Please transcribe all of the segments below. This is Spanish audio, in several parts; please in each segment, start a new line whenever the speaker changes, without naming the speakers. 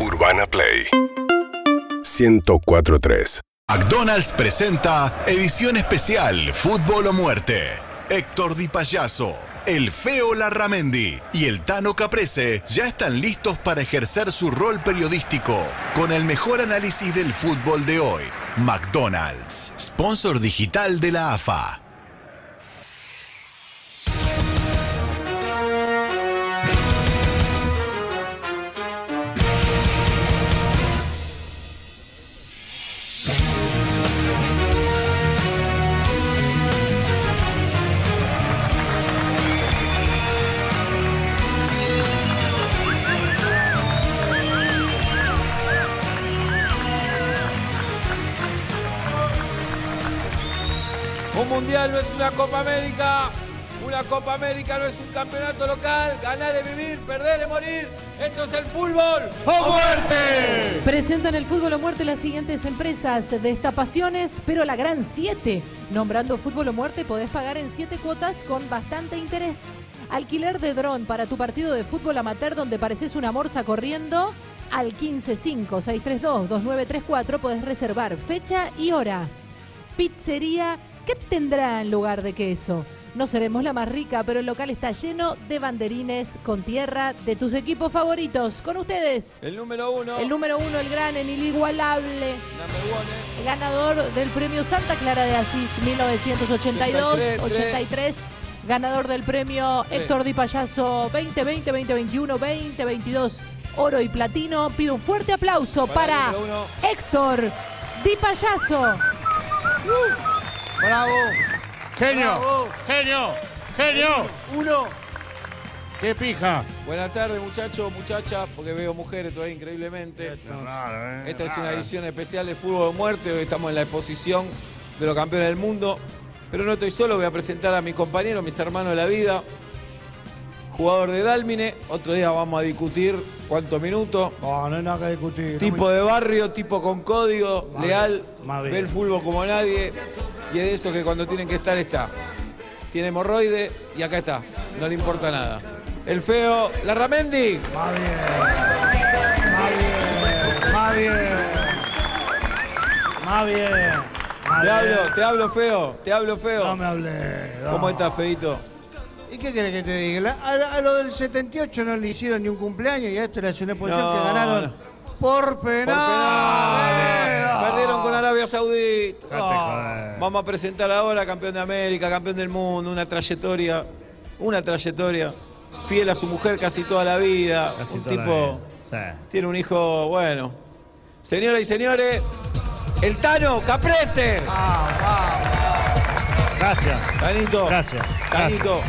Urbana Play 1043
McDonald's presenta edición especial Fútbol o Muerte. Héctor Di Payaso, el Feo Larramendi y el Tano Caprese ya están listos para ejercer su rol periodístico con el mejor análisis del fútbol de hoy. McDonald's, sponsor digital de la AFA.
Un mundial no es una Copa América. Una Copa América no es un campeonato local. Ganar es vivir, perder es morir. Esto es el fútbol.
Presentan el fútbol o muerte las siguientes empresas de estapaciones, pero la gran 7. Nombrando fútbol o muerte podés pagar en 7 cuotas con bastante interés. Alquiler de dron para tu partido de fútbol amateur donde pareces una morsa corriendo al 155-632-2934 podés reservar fecha y hora. Pizzería, ¿qué tendrá en lugar de queso? No seremos la más rica, pero el local está lleno de banderines con tierra de tus equipos favoritos. Con ustedes,
El número uno.
el número uno, el gran, el inigualable,
number one, eh.
ganador del premio Santa Clara de Asís 1982,
83,
83, ganador del premio Héctor Di Payaso 2020, 2021, 2022, oro y platino. Pido un fuerte aplauso
Para
para,
el número
Héctor Di Payaso.
Bravo.
Genio,
Bravo.
genio, genio.
Uno.
Qué pija.
eh. Buenas tardes, muchachos, muchachas, porque veo mujeres todavía increíblemente. Esta es una edición especial de Fútbol de Muerte. Hoy estamos en la exposición de los campeones del mundo. Pero no estoy solo, voy a presentar a mis compañeros, mis hermanos de la vida. Jugador de Dálmine, otro día vamos a discutir cuántos minutos.
Oh, No, no hay nada que discutir. no
Tipo
me-
de barrio, tipo con código,
Más
leal,
bien, más bien.
ve el fútbol como nadie. Y es de eso que cuando tienen que estar está. Tiene hemorroide y acá está. No le importa nada. El feo Larramendi.
Más bien. Más bien. Más bien. Más bien.
Te hablo, te hablo feo, te hablo
No
feo.
me hablé. no.
¿Cómo estás, feito?
¿Y qué querés que te diga? La- A, la- a lo del 78 no le hicieron ni un cumpleaños y a esto le hacen una exposición
No,
que ganaron
no.
por penal. eh, ah.
Perdieron con Arabia Saudí.
Ah.
Vamos a presentar ahora campeón de América, campeón del mundo, una trayectoria, una trayectoria. Fiel a su mujer casi toda la vida. un tipo. Tiene un hijo, bueno. Señoras y señores, el Tano Caprese.
Gracias,
Tanito.
gracias.
Tanito.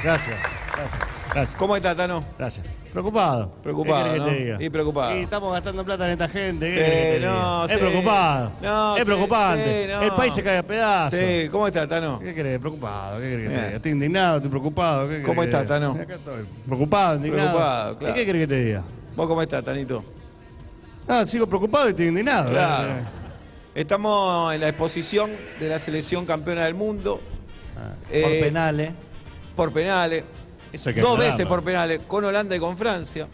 Gracias, gracias. Gracias.
¿Cómo está, Tano?
Gracias. Preocupado. ¿Qué
Preocupado,
querés que
¿no?
te diga?
Y preocupado.
Y estamos gastando plata en esta gente. ¿qué
Sí,
querés que te
no,
diga?
sí.
es preocupado.
No,
es
sí,
preocupante.
sí, no.
El país se cae a pedazos.
Sí, ¿cómo está, Tano?
¿Qué querés? Preocupado. ¿Qué querés que te
Bien.
diga? Estoy indignado, estoy preocupado. ¿qué querés
¿Cómo
que te
estás,
diga?
Tano?
Acá estoy. Preocupado, indignado.
Preocupado, claro.
¿Y qué querés que te diga?
¿Vos cómo estás, Tanito?
Ah, sigo preocupado y estoy indignado. ¿eh?
Claro. Estamos en la exposición de la selección campeona del mundo.
Por
Eh,
penales.
por penales.
Eso hay que
Dos
aclararlo.
veces por penales, con Holanda y con Francia.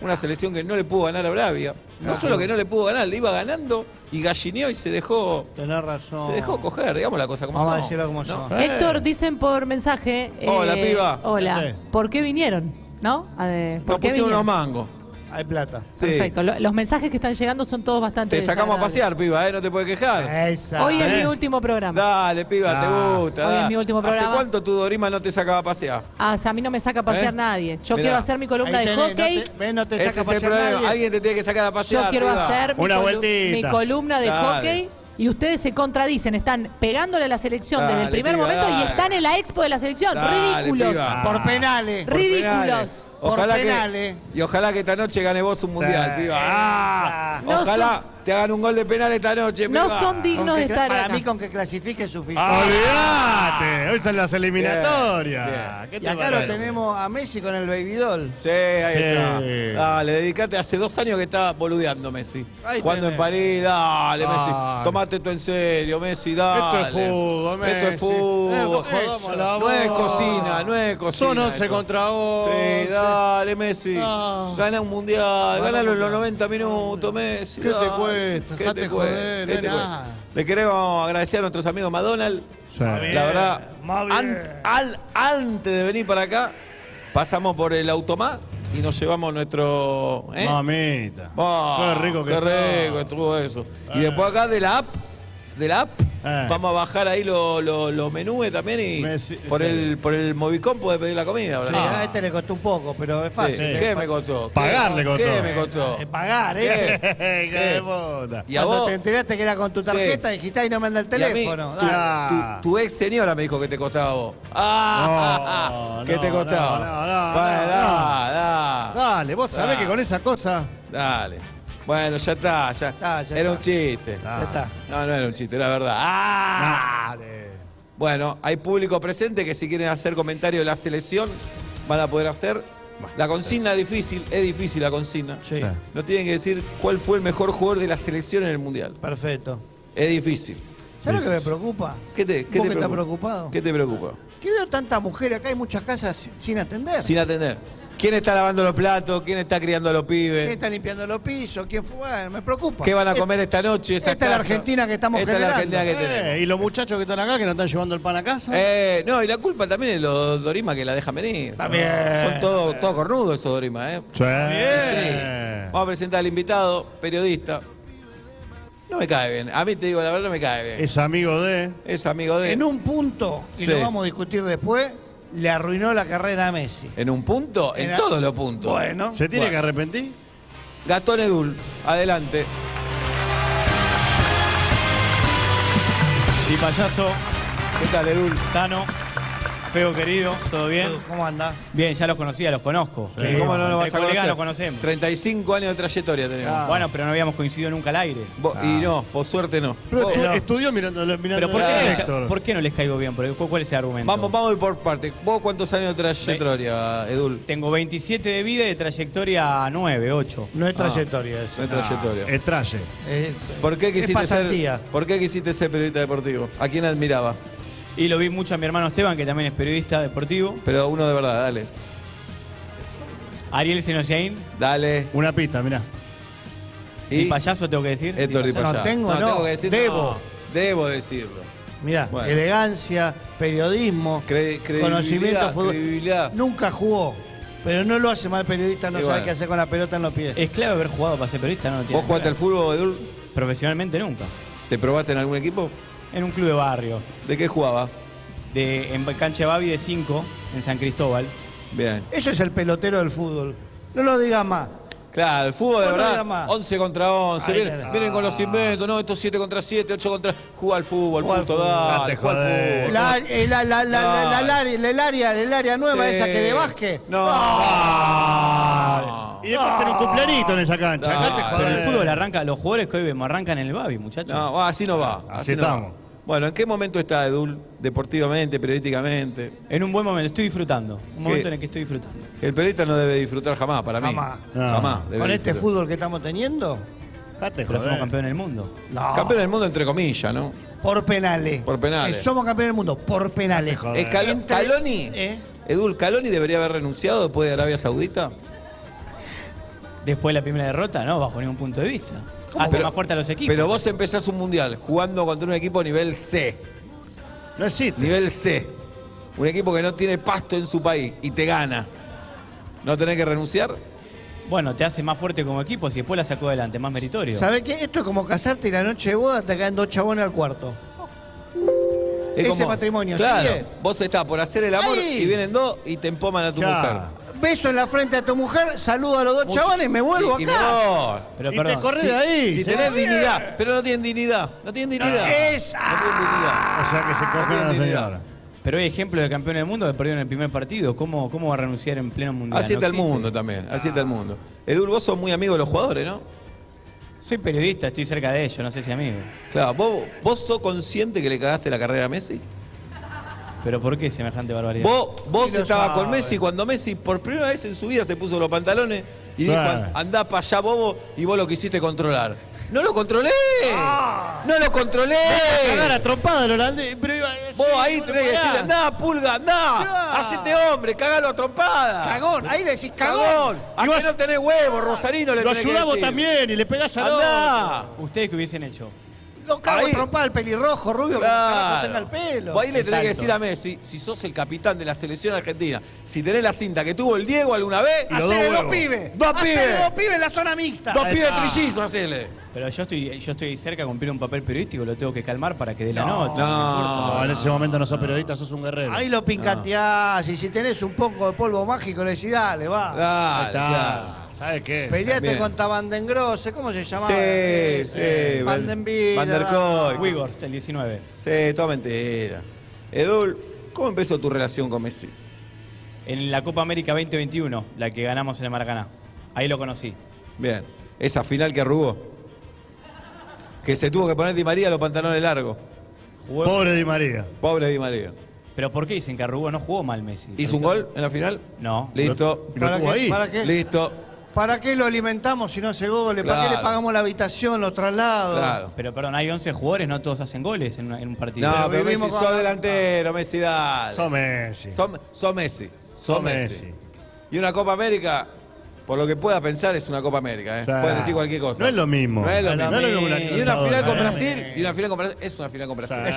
Una selección que no le pudo ganar a Bravia. No solo que no le pudo ganar, le iba ganando y gallineó y se dejó.
Tenés razón.
Se dejó coger, digamos la cosa como
Vamos a
son,
decirlo como
¿no?
son.
Eh.
Héctor, dicen por mensaje. eh,
Hola, piba.
Hola.
Sí.
¿Por qué vinieron? ¿No? A de- ¿Por
Nos
qué
pusieron
vinieron?
unos mangos.
Hay plata.
Sí.
Perfecto. Lo- los mensajes que están llegando son todos bastante.
Te sacamos a
desagradables.
pasear, piba, ¿eh? no te puedes quejar.
Esa.
Hoy es
¿eh?
mi último programa.
Dale, piba,
Ah.
te gusta.
Hoy es
da.
mi último
¿Hace
programa.
cuánto tu Dorima no te sacaba a pasear?
Ah, o sea, a mí no me saca a pasear
¿Eh?
nadie. Yo
Mirá.
quiero hacer mi columna
Ahí
de
tenés,
hockey.
No te, ves, no te
Ese
saca
es el
pasear
problema.
nadie.
Alguien te tiene que sacar a pasear.
Yo quiero
piba.
hacer mi,
Una
colu-
vueltita.
mi columna de
Dale.
hockey y ustedes se contradicen. Están pegándole a la selección desde el
Dale,
primer
piba,
momento y
dale.
están en la expo de la selección.
Dale,
Ridículos.
piba.
Ah.
Por penales.
Por
Ridículos.
penales.
Por
Ojalá que,
penales.
y ojalá que esta noche gane vos un mundial,
Sí.
piba. Ah,
No
ojalá
son-
te hagan un gol de penal esta noche.
No
piba.
son dignos
que
de
cla-
estar
para
acá.
mí con que clasifique es suficiente.
¡Olvídate! Hoy son las eliminatorias.
Bien, bien.
¿Qué
y
te
acá
parece?
lo tenemos a Messi con el babydoll.
Sí, ahí
Sí.
está. Dale, dedicate. Hace dos años que estaba boludeando Messi.
Ahí
Cuando en
tenés.
París, dale, Messi.
Dale.
Tomate esto en serio, Messi, dale.
Esto es fútbol, Messi.
Esto es fútbol.
Eh, jodamos
la
no es
bola.
cocina, no es cocina.
Son 11
esto.
contra 11.
Sí, dale, Messi.
Ah.
Gana un mundial, ganalo en los 90 minutos, Messi.
¿Qué te
dale.
cuesta? Dejate joder, no es
cuesta?
nada.
Le queremos agradecer a nuestros amigos McDonald's.
Sí.
La verdad,
Más bien.
an- al- antes de venir para acá, pasamos por el automat y nos llevamos nuestro. ¿eh?
Mamita.
Ah,
qué rico que
qué
está.
rico estuvo eso. Y después acá de la app, de la app,
Eh.
vamos a bajar ahí lo- lo- los menúes también y
Messi-
por,
sí.
el, por el Movicom podés pedir la comida. ¿verdad?
A este le costó un poco, pero es
Sí.
fácil. es
¿Qué me
fácil.
costó?
Pagarle
¿Qué?
costó.
¿Qué me costó?
Eh, pagar, ¿eh? Hijo de puta.
Y a
Cuando
vos,
te enteraste que era con tu tarjeta, dijiste, ahí no manda el
y a mí,
teléfono.
tu,
dale.
dale.
tu- tu ex señora me dijo que te costaba a vos. ¡Ah!
No,
¿Qué
no,
te costaba?
no, no, no,
Bueno,
no,
da, da,
Dale, vos sabés
Ah.
que con esa cosa.
Dale. Bueno, ya está, ya.
Está, ya
era
está.
un chiste.
Ya está.
No, no era un chiste, era verdad. ¡Ah!
Dale.
Bueno, hay público presente que si quieren hacer comentario de la selección, van a poder hacer. La consigna es difícil, es difícil la consigna.
Sí,
No tienen que decir cuál fue el mejor jugador de la selección en el Mundial.
perfecto.
Es difícil.
¿Sabes lo que me preocupa?
¿Qué te, qué
¿Vos
te
que
preocupa?
estás preocupado?
¿Qué te preocupa?
Que veo tanta mujer acá, hay muchas casas sin- sin atender.
Sin atender. ¿Quién está lavando los platos? ¿Quién está criando a los
¿Quién
pibes?
está limpiando los pisos? ¿Quién fue? Bueno, me preocupa.
¿Qué van a
Es-
comer esta noche? esa
esta es la
casa?
Argentina que estamos
Esta es la
generando.
Argentina que tenemos.
Eh, y los muchachos que están acá que no están llevando el pan a casa.
Eh, no, y la culpa también es de los Dorimas que la dejan venir.
También.
Son todos todo cornudos esos Dorimas, ¿eh?
Sí.
Sí. Vamos a presentar al invitado, periodista. No me cae bien. A mí te digo, la verdad, no me cae bien. Es,
Es amigo de.
amigo de.
En un punto, y
Sí.
lo vamos a discutir después, le arruinó la carrera a Messi.
en un punto, en,
En la-
todos los puntos.
Bueno.
¿Se tiene
Bueno.
que arrepentir?
Gastón Edul, adelante.
Y payaso,
¿Qué tal, Edul?
Tano, feo querido, ¿todo bien?
¿Cómo anda?
Bien, ya los conocía, los conozco.
¿Y ¿Cómo no lo vas a
Entre colegas
conocer?
los conocemos.
35 años de trayectoria tenemos.
Bueno, pero no habíamos coincidido nunca al aire.
Vos- Y no, por suerte no.
Pero
Vos- eh,
estu- estudió mirando, mirando
Pero ¿por
el
qué, no les,
Héctor.
por qué no les caigo bien? Porque, ¿cu- ¿Cuál es el argumento?
Vamos, vamos por parte. ¿Vos cuántos años de trayectoria, Edul?
Tengo 27 de vida y de trayectoria 9, 8.
No es
Ah.
trayectoria eso.
De trayectoria.
El traje.
Es-
¿Por qué, quisiste
es
ser,
pasantía.
¿Por qué quisiste ser periodista deportivo? ¿A quién admiraba?
Y lo vi mucho a mi hermano Esteban, que también es periodista deportivo.
Pero uno de verdad, dale.
Ariel Senosiaín,
Dale.
Una pista, mirá.
y payaso tengo que decir.
Héctor Di
Di
Payaso.
No, tengo, no.
que decir-
Debo.
no, debo decirlo.
Mirá,
Bueno.
elegancia, periodismo,
Cre- credibilidad,
conocimiento fútbol.
credibilidad.
Nunca jugó, pero no lo hace mal periodista, no
Y
sabe
bueno. Eh,
qué hacer con la pelota en los pies.
Es clave haber jugado para ser periodista, ¿no?
¿Vos jugaste al fútbol, Edul?
fútbol? Profesionalmente nunca.
¿Te probaste en algún equipo?
En un club de barrio,
¿De qué jugaba?
de, en cancha de Babi de 5, en San Cristóbal.
Bien.
Eso es el pelotero del fútbol. No lo digas más.
Claro, el fútbol de
Bueno,
verdad,
nada más.
11 contra 11,
Ahí
vienen,
tenés.
vienen con los inventos, no, esto 7 contra 7, 8 contra... Juega al fútbol,
Juega al
punto,
fútbol.
dale,
Date,
juega al
joder.
fútbol.
La, eh, la, la, la, la, la- la- la- el área, el área nueva
Sí.
esa que de básquet.
No.
Y después hacer un cumplanito en esa cancha.
No.
Dejate
Pero
joder.
el fútbol arranca, los jugadores que hoy vemos arrancan en el Babi, muchachos.
No, va, así no va.
Así
no va.
estamos.
Bueno, ¿en qué momento está Edul? Deportivamente, periodísticamente.
En un buen momento, estoy disfrutando. Un momento en el que estoy disfrutando.
El periodista no debe disfrutar jamás, para mí.
Jamás.
No.
Jamás. debe
Con este
disfrutar.
fútbol que estamos teniendo,
Dejate
Pero somos
joder.
campeón del mundo.
no.
Campeón del mundo, entre comillas, ¿no?
por penales.
Por penales.
Eh, somos campeones del mundo, por penales.
Joder.
Es Eh, Cal-
Entre-
Caloni.
¿Eh?
Edul, ¿Caloni debería haber renunciado después de Arabia Saudita?
Después de la primera derrota, no, bajo ningún punto de vista. Hace
Pero-
más fuerte a los equipos.
Pero vos empezás un mundial jugando contra un equipo nivel C.
No existe.
Nivel C. Un equipo que no tiene pasto en su país y te gana. ¿No tenés que renunciar?
Bueno, te hace más fuerte como equipo si después la sacó adelante, más meritorio.
¿Sabés qué? Esto es como casarte y la noche de boda te caen dos chabones al cuarto. Ese matrimonio,
Claro.
¿sigue?
Vos estás por hacer el amor
Ahí.
y vienen dos y te empoman a tu
Ya.
mujer.
Beso en la frente a tu mujer, saludo a los dos
Mucho-
chabones y me vuelvo
y- y
acá.
no.
Pero
Y
perdón,
te corres
Si-
de ahí.
Si
se-
tenés dignidad, pero no tienen dignidad. No tienen dignidad.
Esa.
No tienen dignidad.
O sea que
Ah,
se cogen a la
tiene dignidad.
señora.
pero hay ejemplos de campeón del mundo que perdieron el primer partido. ¿Cómo, cómo va a renunciar en pleno mundial?
Así
No
está el
existe.
mundo también, así está el mundo. Edul, vos sos muy amigo de los jugadores, ¿no?
Soy periodista, estoy cerca de ellos, no sé si amigo.
Claro, ¿vos, vos sos consciente que le cagaste la carrera a Messi?
Pero ¿por qué semejante barbaridad?
Vos, vos
Sí lo
estabas con
sabe.
Messi cuando Messi por primera vez en su vida se puso los pantalones y dijo,
Claro.
andá para allá, bobo, y vos lo quisiste controlar. ¡No lo controlé!
Ah.
¡No lo controlé!
Cagar a trompada el holandés. Pero iba a decir,
Vos ahí
no
tenés que
parás.
decirle, andá, pulga, andá,
Claro.
hacete hombre, cagalo a trompada.
Cagón, ahí le decís cagón.
¡Cagón! ¿A
Y
qué
vas-
no tenés huevo, Rosarino? Le
Lo
tenés que
ayudamos
decir.
también y le pegás a
¡Andá!
¿Ustedes qué hubiesen hecho?
Lo cago
Ahí.
a trompar al pelirrojo, rubio,
Claro.
que no tenga el pelo.
Vos ahí le tenés que
Exacto.
decir a Messi, si sos el capitán de la selección argentina, si tenés la cinta que tuvo el Diego alguna vez,
Y los
Hacele
dos
dos,
huevos.
pibes.
Dos
Hacele
pibes.
dos pibes en la zona mixta.
dos
Ahí
pibes
está.
trillizos, hacele.
Pero yo estoy, yo estoy cerca de cumplir un papel periodístico, lo tengo que calmar para que dé la nota.
No.
No, en ese momento no sos periodista, sos un guerrero.
Ahí
Ah.
lo pincateás y si tenés un poco de polvo mágico le decís, dale, va.
Ahí
Dale, claro.
está. ¿Sabes qué?
Peleate
Bien.
con Tabandengrose, ¿cómo se llamaba? Eh,
Sí, sí.
Vandenville.
Van der Kooi.
Wigors, el 19.
Sí, toda mentira. Edul, ¿cómo empezó tu relación con Messi?
En la Copa América 2021, la que ganamos en el Maracaná. Ahí lo conocí.
Bien. Esa final que arrugó. Que se tuvo que poner Di María los pantalones largos.
Jugó-
Pobre Di María.
Pobre Di María.
¿Pero por qué dicen que arrugó? No jugó mal Messi.
¿Hizo un gol en la final?
No.
Listo.
Y lo
¿Para
tuvo
qué?
ahí.
¿Para qué?
Listo.
¿Para qué lo alimentamos si no hace goles? ¿Para qué
Claro.
le pagamos la habitación, los traslados?
Claro.
Pero perdón, hay 11 jugadores, no todos hacen goles en, una- en un partido.
No, pero
vivimos
Messi,
con
sos
la-
delantero, Messi, dale.
Ah. Sos Messi.
Sos sos Messi. Sos
Sos
Messi.
Messi.
Y una Copa América, por lo que pueda pensar, es una Copa América. ¿eh?
Claro.
Puedes decir cualquier cosa.
No es lo mismo.
No es lo
No es
mismo.
lo mismo una
Y una final con
Libertadores.
Brasil, y una final con Brasil, es una final con Brasil.
Eso
Es,
es,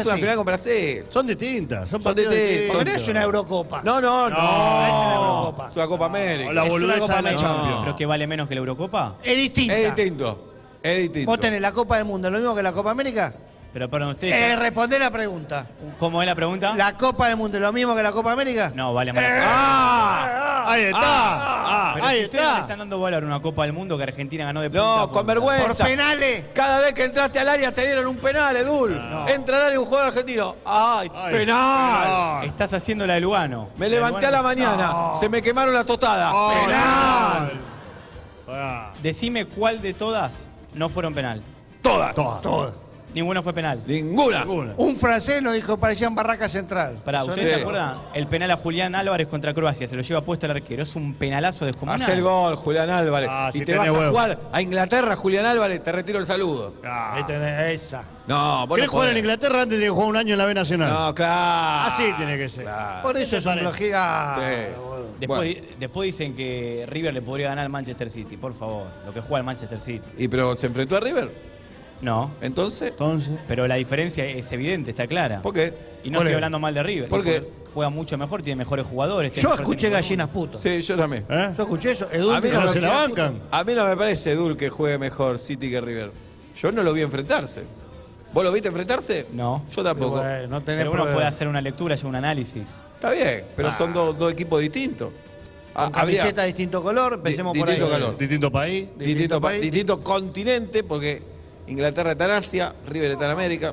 es
una
así.
final con Brasil.
Son distintas. Son,
Son
partidos
distintas.
distintos.
Porque no es una Eurocopa.
No, no, no.
No,
es una Eurocopa.
Es una Copa América.
O La
Es una
boludeza
Copa
de la
América.
Champions.
¿Pero que vale menos que la Eurocopa?
Es distinta.
Es distinto. Es distinto.
Vos tenés la Copa del Mundo, lo mismo que la Copa América.
Pero perdón, ¿ustedes
Eh, respondé la pregunta.
cómo es la pregunta?
¿La Copa del Mundo es lo mismo que la Copa América?
No, vale más.
Eh,
¡Ah! Ahí está.
Pero
Ahí
si ustedes no le
está.
están dando valor a una Copa del Mundo que Argentina ganó de punta a
No,
punta.
con vergüenza.
Por penales.
Cada vez que entraste al área te dieron un penal, Edul. Entra al área un jugador argentino. ¡Ay,
Ay,
penal!
penal.
Estás haciendo la de Lugano.
Me levanté a la mañana, se me quemaron las tostadas. ¡Penal!
Penal. Pará.
Decime cuál de todas no fueron penal.
Todas.
Todas.
Ninguno fue penal.
Ninguna.
Ninguna.
Un francés nos dijo que parecían Barraca Central.
Pará, ¿ustedes
Sí.
se acuerdan? El penal a Julián Álvarez contra Croacia. Se lo lleva puesto el arquero. Es un penalazo descomunal.
Hacé el gol, Julián Álvarez.
Ah,
y
si
te
tenés
vas a
huevo.
jugar a Inglaterra, Julián Álvarez, te retiro el saludo.
Ah.
Ahí tenés esa.
No, vos
¿Querés
no
jugar en
podés.
Inglaterra antes de jugar un año en la B Nacional?
No, claro.
Así tiene que ser.
Ah, Claro.
Por eso es un lógica.
Sí.
Ah, Después, di- después dicen que River le podría ganar al Manchester City. Por favor, lo que juega el Manchester City.
¿Y pero se enfrentó a River?
No.
Entonces,
Entonces.
Pero la diferencia es evidente, está clara.
¿por qué?
Y no
¿Cuál
estoy
es?
hablando mal de River.
¿Por qué?
Porque Juega mucho mejor, tiene mejores jugadores. tiene
Yo
mejor
escuché
técnico del
gallinas
mundo.
putas.
Sí, yo también.
¿Eh?
Yo escuché eso. Edu
A mí
dijo
no
que
se la
gallinas
bancan.
A mí no me parece Dul que juegue mejor City que River. Yo no lo vi enfrentarse. ¿Vos lo viste enfrentarse?
No.
Yo
putas.
tampoco.
Bueno, no tenés
Pero uno
prueba.
puede hacer una lectura y un análisis.
Está bien, pero
Ah.
son dos, dos equipos distintos. Ah,
Con
habría-
camiseta de distinto color, empecemos por ahí.
distinto calor.
Distinto país.
distinto,
Distinto
pa-
país.
distinto continente, porque Inglaterra está en Asia, River está en América,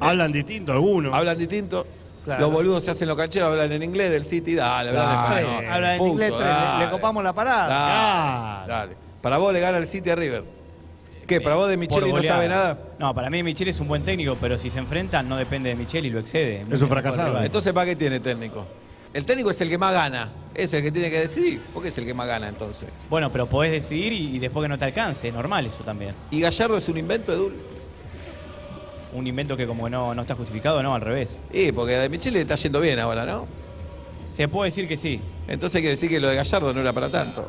Hablan distinto algunos.
hablan distinto.
Claro.
Los boludos se hacen los cancheros, hablan en inglés del City, dale, hablan
Dale.
en español.
Eh, Habla en
Punto,
inglés, tres, le-
dale.
le copamos la parada.
Dale, dale. Para vos le gana el City a River. ¿Qué? ¿Para vos de
Por
Micheli no
goleada.
sabe nada?
No, para mí Micheli es un buen técnico, pero si se enfrentan no depende de Micheli, lo excede.
Es un fracasado.
Rival.
Entonces, ¿para qué tiene técnico? El técnico es el que más gana, es el que tiene que decidir. ¿Por qué es el que más gana entonces?
Bueno, pero podés decidir y, y después que no te alcance, es normal eso también.
¿Y Gallardo es un invento, Edul?
Un invento que como que no, no está justificado, no, al revés.
Y porque de Micheli le está yendo bien ahora, ¿no?
Se puede decir que sí,
Entonces hay que decir que lo de Gallardo no era para tanto.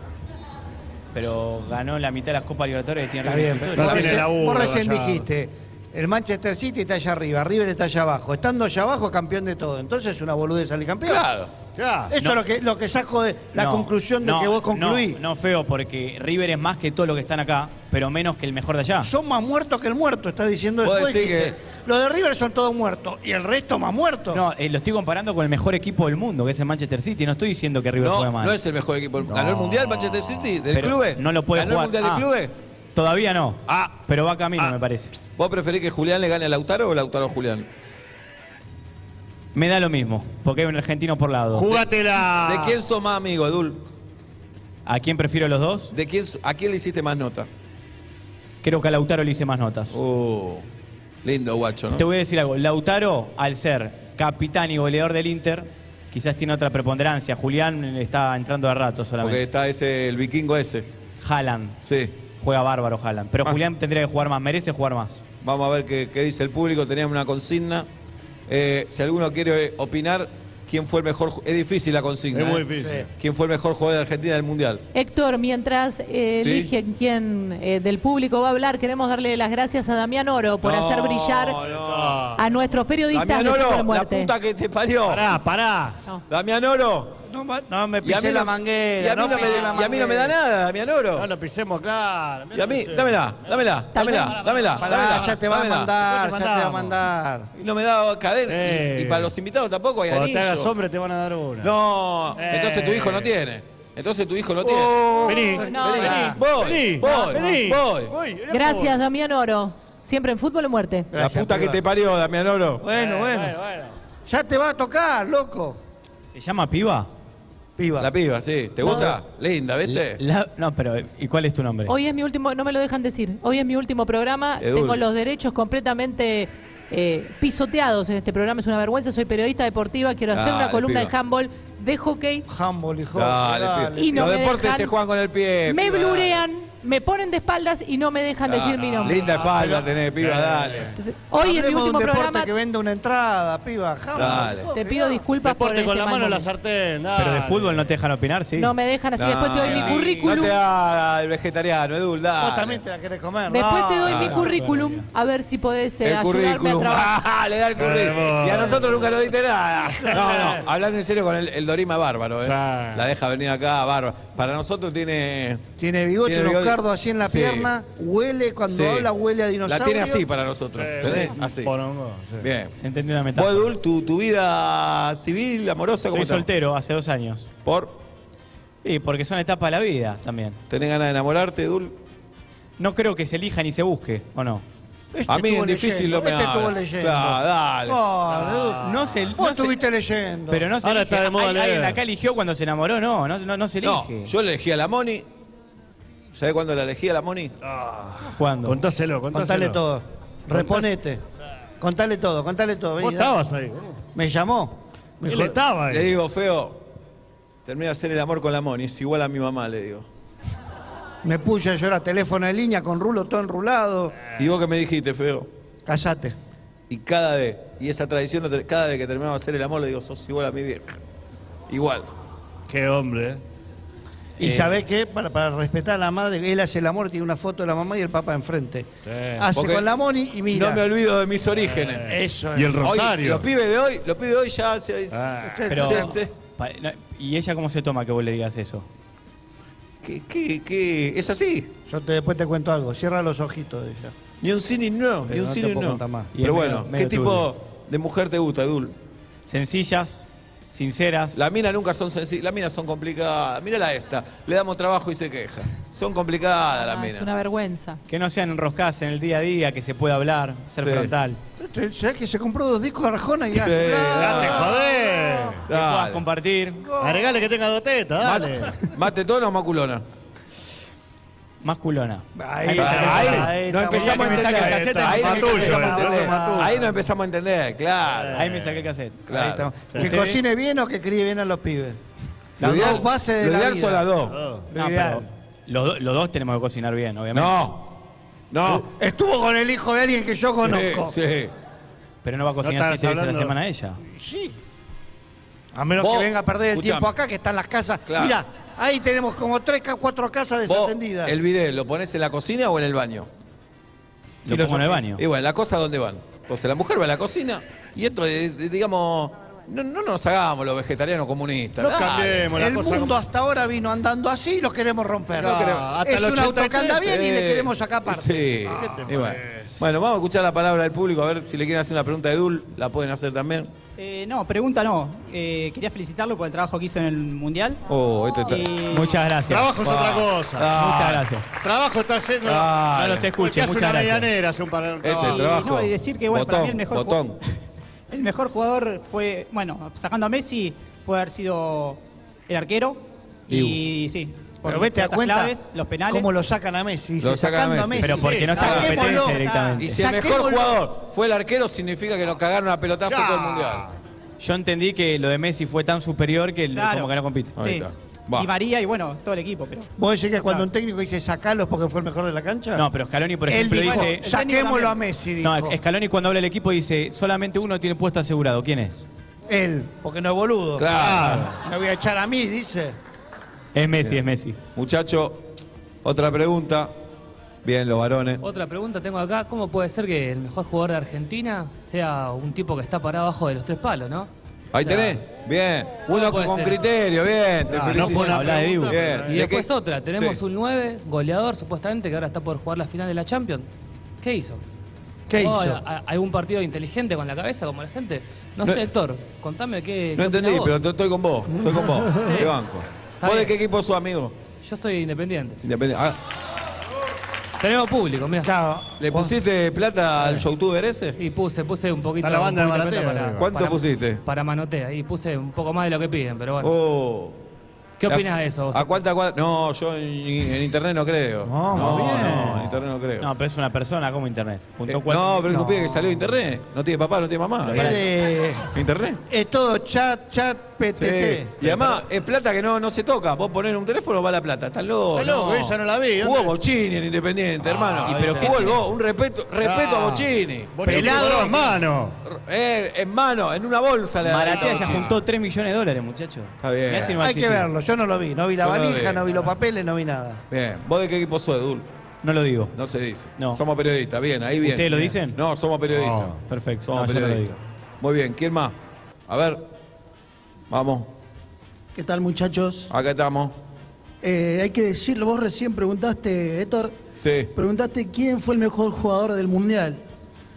pero ganó la mitad de las Copas Libertadores que tiene
Está
River
bien,
en su
pero
historia.
No
vos
tiene
recién-
laburo,
vos recién
Gallardo.
dijiste, el Manchester City está allá arriba, River está allá abajo. Estando allá abajo es campeón de todo. Entonces es una boludez salir campeón.
Claro.
Ya.
Eso
No.
es lo que, lo que saco de la
No,
conclusión de
no,
que vos concluís.
No, no, feo, porque River es más que todos los que están acá, pero menos que el mejor de allá.
Son más muertos que el muerto, está diciendo
Vos
después.
decís
dijiste, Los de River son todos muertos y el resto más muertos.
No, eh, lo estoy comparando con el mejor equipo del mundo, que es el Manchester City. No estoy diciendo que River juega
No,
mal.
no es el mejor equipo del mundo. ¿Ganó el Mundial Manchester City del
Pero
club?
No lo puede
¿Ganó
jugar.
el Mundial
Ah,
del club?
Todavía no.
Ah.
Pero va camino,
Ah.
me parece.
¿Vos preferís que Julián le gane a Lautaro o Lautaro a Julián?
Me da lo mismo, porque hay un argentino por lado.
Jugátela.
¿De quién sos más amigo, Edul?
¿A quién prefiero los dos?
¿De quién, so- ¿A quién le hiciste más nota?
Creo que a Lautaro le hice más notas.
Uh, lindo guacho, ¿no?
Te voy a decir algo. Lautaro, al ser capitán y goleador del Inter, quizás tiene otra preponderancia. Julián está entrando de rato
Porque
solamente.
está ese, el vikingo ese.
Haaland.
Sí.
Juega bárbaro Haaland. Pero
Ah.
Julián tendría que jugar más, merece jugar más.
Vamos a ver qué, qué dice el público. Teníamos una consigna. Eh, si alguno quiere eh, opinar, ¿quién fue el mejor? ju- Es difícil la consigna.
Es muy
¿eh?
difícil.
¿Quién fue el mejor jugador de Argentina del Mundial?
Héctor, mientras eh,
Sí.
eligen quién eh, del público va a hablar, queremos darle las gracias a Damián Oro por
No,
hacer brillar
no.
a nuestros periodistas
Damián
de Fútbol
Oro, la
Muerte.
puta que te parió.
Pará, pará.
No.
Damián Oro.
No, ma- no me
Y a,
pisé
mí
la
no-
manguera.
y a mí no me,
pisé la
y a mí no me da
manguera.
nada, Damián Oro.
No lo pisemos, claro.
y a mí,
Mirá,
dámela, dámela,
Tal vez-
dámela, dámela.
Pará,
dámela,
ya te va a
dámela.
mandar,
Después
ya
te
te va a
mandamos.
mandar.
Y no me da cadena.
Eh.
Y, y para los invitados tampoco hay
Cuando te hagas
anillo.
hombre te van a dar una.
No,
Eh.
entonces tu hijo no tiene. Entonces tu hijo no tiene.
Oh,
Vení,
no,
vení,
vení.
Voy,
vení,
voy,
vení.
voy.
Voy, era
Gracias,
por-
Damián Oro. Siempre en Fútbol o Muerte.
La puta que te parió, Damián Oro.
Bueno, bueno,
Bueno, bueno.
Ya te va a tocar, loco.
¿Se llama Piba?
Piba.
La piba, sí. ¿Te gusta? Linda, ¿viste?
La- no, pero ¿y cuál es tu nombre?
Hoy es mi último, no me lo dejan decir, hoy es mi último programa,
Edul.
tengo los derechos completamente eh, pisoteados en este programa, es una vergüenza, soy periodista deportiva, quiero hacer
Dale,
una columna
piba. Eh,
de handball, de hockey,
Humble, hijo.
Dale, piba.
Y no
Los
me
deportes
dejan-
se juegan con el pie.
me
piba, dale. Ah,
blurean, me ponen de espaldas y no me dejan decir mi nombre.
Linda
Ah,
espalda tenés, piba, dale.
Entonces, hoy es mi
Hablemos de
último
un deporte
programa,
que venda una entrada, piba. Humble,
Dale.
hijo,
te pido
cuidado.
disculpas por
Deporte
este
con la
mal
mano en la
momento.
sartén.
Pero de
dale.
fútbol no te dejan opinar, ¿sí?
No me dejan así, después te doy mi
Dale.
currículum.
No te hagas el vegetariano, Edul, dale.
Vos también te la querés comer.
Después te doy
dale.
mi currículum, a ver si podés eh,
El
ayudarme a
currículum. Ah,
trabajar.
le da el currículum. Y a nosotros nunca nos diste nada. No, no. Hablando en serio con el, el Dorima bárbaro, ¿eh?
Ya.
La deja venir acá bárbaro. Para nosotros tiene.
Tiene bigote,
Tiene
unos
bigote.
cardos así en la
Sí.
pierna. Huele, cuando
sí.
habla, huele a dinosaurio.
La tiene así para nosotros.
Eh,
¿Entendés?
un
Así.
porongo, sí.
Bien.
Se entendió la
Vos,
metáfora.
Edul, tu, tu vida civil, amorosa, ¿cómo
Soy
está?
soltero hace dos años.
Por.
Sí, porque son etapas de la vida también.
¿Tenés ganas de enamorarte, Edul?
No creo que se elija ni se busque, ¿o no?
Este
A mí
estuvo
es difícil
leyendo,
lo me
Este estuvo
habla.
leyendo.
Claro, dale.
Oh,
No se, no
Vos
se-
estuviste leyendo.
Pero no se
Ahora
elige.
está de moda
Al-
leer.
Alguien acá eligió cuando se enamoró, no, no, no, no se
No,
elige.
yo le elegí a la Moni. ¿Sabés cuándo la elegí a la Moni?
¿Cuándo?
Contáselo, contáselo.
Contale todo. Reponete. Contale todo, contale todo. Vení,
Vos
dale.
estabas ahí.
Me llamó. Me
Él
dijo,
estaba
Le
ahí.
digo, feo, termina de hacer el amor con la Moni, es igual a mi mamá, le digo.
Me puse a llorar teléfono en línea con rulo todo enrulado.
¿Y vos qué me dijiste, feo?
Casate.
Y cada vez, y esa tradición, no te- cada vez que terminaba de hacer el amor, le digo, sos igual a mi vieja. Igual.
Qué hombre, eh.
Y
Eh.
sabés qué, para, para respetar a la madre, él hace el amor, tiene una foto de la mamá y el papá enfrente. Hace
Porque
con la moni y mira.
No me olvido de mis orígenes.
Eso
Y
es.
el
Hoy,
Rosario.
los pibes de hoy, los pibes de hoy ya se...
Ah.
Usted-
Pero,
Sí, sí.
pa- no, ¿Y ella cómo se toma que vos le digas eso?
¿Qué, qué, qué? ¿Es así?
Yo te, después te cuento algo. Cierra los ojitos de ella.
Ni un sí ni un no, ni
Pero
un
no
sí
te
ni un
puedo
no.
contar más.
Y
Pero
es
bueno,
medio-
¿qué
medio
tipo de mujer te gusta, Edul?
Sencillas, sinceras.
Las minas nunca son sencillas, las minas son complicadas. Mírala esta, le damos trabajo y se queja. Son complicadas las
Ah,
minas.
es una vergüenza.
Que no sean enroscadas en el día a día, que se pueda hablar, ser
Sí.
frontal.
Este, ¿Sabés que se compró dos discos de Arjona y ya?
Sí,
Ah,
Date, joder.
Que puedas
Dale.
compartir.
Agregale que tenga dos tetas, dale.
¿Mate tona o maculona?
Más culona.
Ahí,
Ahí, ahí,
no
estamos.
empezamos a
que me saque
entender.
la caseta,
Ahí
papá
no empezamos a
tuyo,
entender.
papá tuyo.
Ahí no empezamos a entender, claro.
Ahí me saqué el cassette.
Ahí
claro.
estamos. Que
Ustedes-
cocine bien o que críe bien a los pibes.
Lo
Las
ideal-
dos bases de
lo
la
ideal
vida.
son las dos.
Lo
No, pero
ideal.
los, do- los dos tenemos que cocinar bien, obviamente. Uh,
No. No.
Estuvo con el hijo de alguien que yo conozco.
Sí, sí.
Pero no va a cocinar
estabas
siete veces a la
hablando-
semana ella.
Sí. A menos
Vos,
que venga a perder el
escuchame.
tiempo acá, que están las casas.
Claro.
Mira, ahí tenemos como tres, ca- cuatro casas
Vos,
desatendidas.
el bidet, ¿lo pones en la cocina o en el baño?
Lo pongo en el baño.
Y bueno, la cosa, ¿dónde van? Entonces, la mujer va a la cocina y esto, eh, digamos, no, no nos hagamos los vegetarianos comunistas.
No
Dale.
cambiemos las
El
cosas
mundo
como-
hasta ahora vino andando así y los queremos romper.
No queremos-
hasta
es
el
un auto que anda
83,
bien y le
Sí.
queremos sacar parte.
Eh, Sí. Ah, Y bueno. Bueno, vamos a escuchar la palabra del público, a ver si le quieren hacer una pregunta a Edul, la pueden hacer también.
Eh, no, pregunta no. Eh, quería felicitarlo por el trabajo que hizo en el Mundial. Eh,
Oh, este está...
Eh,
Y-
Muchas gracias.
Trabajo es
Va.
otra cosa.
Muchas gracias.
Trabajo está yendo.
Ah,
No los escuche,
Porque hace
muchas
una
gracias.
medianera, hace un par de
Este
trabajo.
trabajo.
no, y decir que, bueno,
botón,
para mí el mejor ju-
botón.
El mejor jugador fue, bueno, sacando a Messi, puede haber sido el arquero. Y sí, por
Pero vete a
pelotas
cuenta
claves, los penales.
cómo lo sacan a Messi. Dice,
Lo sacan a
sacando
Messi.
Pero porque no
Sí,
está en
saquémoslo. Ah,
competencia directamente.
Y si el mejor
Saquémoslo.
jugador fue el arquero, significa que nos cagaron a pelotazo
Ya.
todo el mundial.
Yo entendí que lo de Messi fue tan superior que el-
Claro.
como que no compite.
Ahí
Sí.
está. Va.
Y María y bueno, todo el equipo, pero.
¿Vos decís que cuando
Claro.
un técnico dice sacalos porque fue el mejor de la cancha?
No, pero Scaloni, por
Él
ejemplo,
dijo,
dice.
técnico
saquémoslo
también.
a Messi, dijo.
No, Scaloni cuando habla del equipo dice, solamente uno tiene puesto asegurado. ¿Quién es?
Él, porque no es boludo. Ah,
Claro.
Me voy a echar a mí, dice.
Es Messi, es Messi.
Muchacho, otra pregunta. Bien, los varones.
Otra pregunta tengo acá, ¿cómo puede ser que el mejor jugador de Argentina
Ah.
sea un tipo que está parado abajo de los tres palos, no?
Ahí
O sea,
tenés. Bien. Uno
No puede
con
ser.
criterio, bien. Te
Claro,
No
felicito.
fue una
Habla de
pregunta,
Dibu.
pero-
Bien.
Y
¿De
después
qué?
Pues otra, tenemos
Sí.
un 9, goleador supuestamente, que ahora está por jugar la final de la Champions. ¿Qué hizo?
¿Qué
¿Jugó
hizo?
a- a- ¿Algún partido inteligente con la cabeza, como la gente? No,
No-
sé, Héctor, contame qué.
No
qué opinás
entendí,
vos.
pero t- estoy con vos. Estoy con vos.
Sí.
De banco.
Está
¿Vos de
bien.
qué equipo sos amigo?
Yo soy independiente.
Independiente. Ah,
Tenemos público, mira.
Claro.
¿Le pusiste plata al youtuber ese?
Y puse, puse un poquito,
Está la banda
un
de
poquito de plata
Manotea,
para,
digo.
¿Cuánto
para-
pusiste?
Para manotea. Y puse un poco más de lo que piden, pero bueno.
Oh.
¿Qué opinas de eso? vos?
¿A cuánta cuadra? No, yo en, en internet no creo. No, no, en internet no creo.
No, pero es una persona como internet. Juntó
Eh,
cuatro.
no, pero es un pibe que salió de internet. No tiene papá, no tiene mamá.
Es, de-
¿Internet?
es todo chat, chat, PTT.
Este.
Sí. Y además, es plata que no, no se toca. Vos ponés un teléfono, va la plata. Estás loco.
Está loco,
no.
esa no la vi.
Jugó
¿dónde?
Bocini en Independiente, hermano.
eh. Ah, ¿y pero
jugó
qué? Ah.
el Bo- un respeto, respeto a Bocini.
Bochini
Pelado.
con dos manos.
Eh, en mano, en una bolsa le da
Maratea
la
ya
Bocini.
juntó 3 millones de dólares, muchacho.
Está bien.
Mirá si no
Hay que
asistió.
verlo, yo no lo vi. No vi la
Yo no lo
valija,
vi.
no vi los papeles, no vi nada.
Bien, ¿vos de qué equipo sos, Edul?
No lo digo.
No se dice.
No.
Somos periodistas, bien, ahí bien.
¿Ustedes lo
Bien.
dicen? Oh,
No, somos periodistas.
No.
Perfecto.
Somos
No, yo no lo
periodistas. Muy bien, ¿quién más? A ver. Vamos,
¿Qué tal muchachos?
acá estamos.
Eh, hay que decirlo, vos recién preguntaste, Héctor,
Sí.
preguntaste quién fue el mejor jugador del Mundial.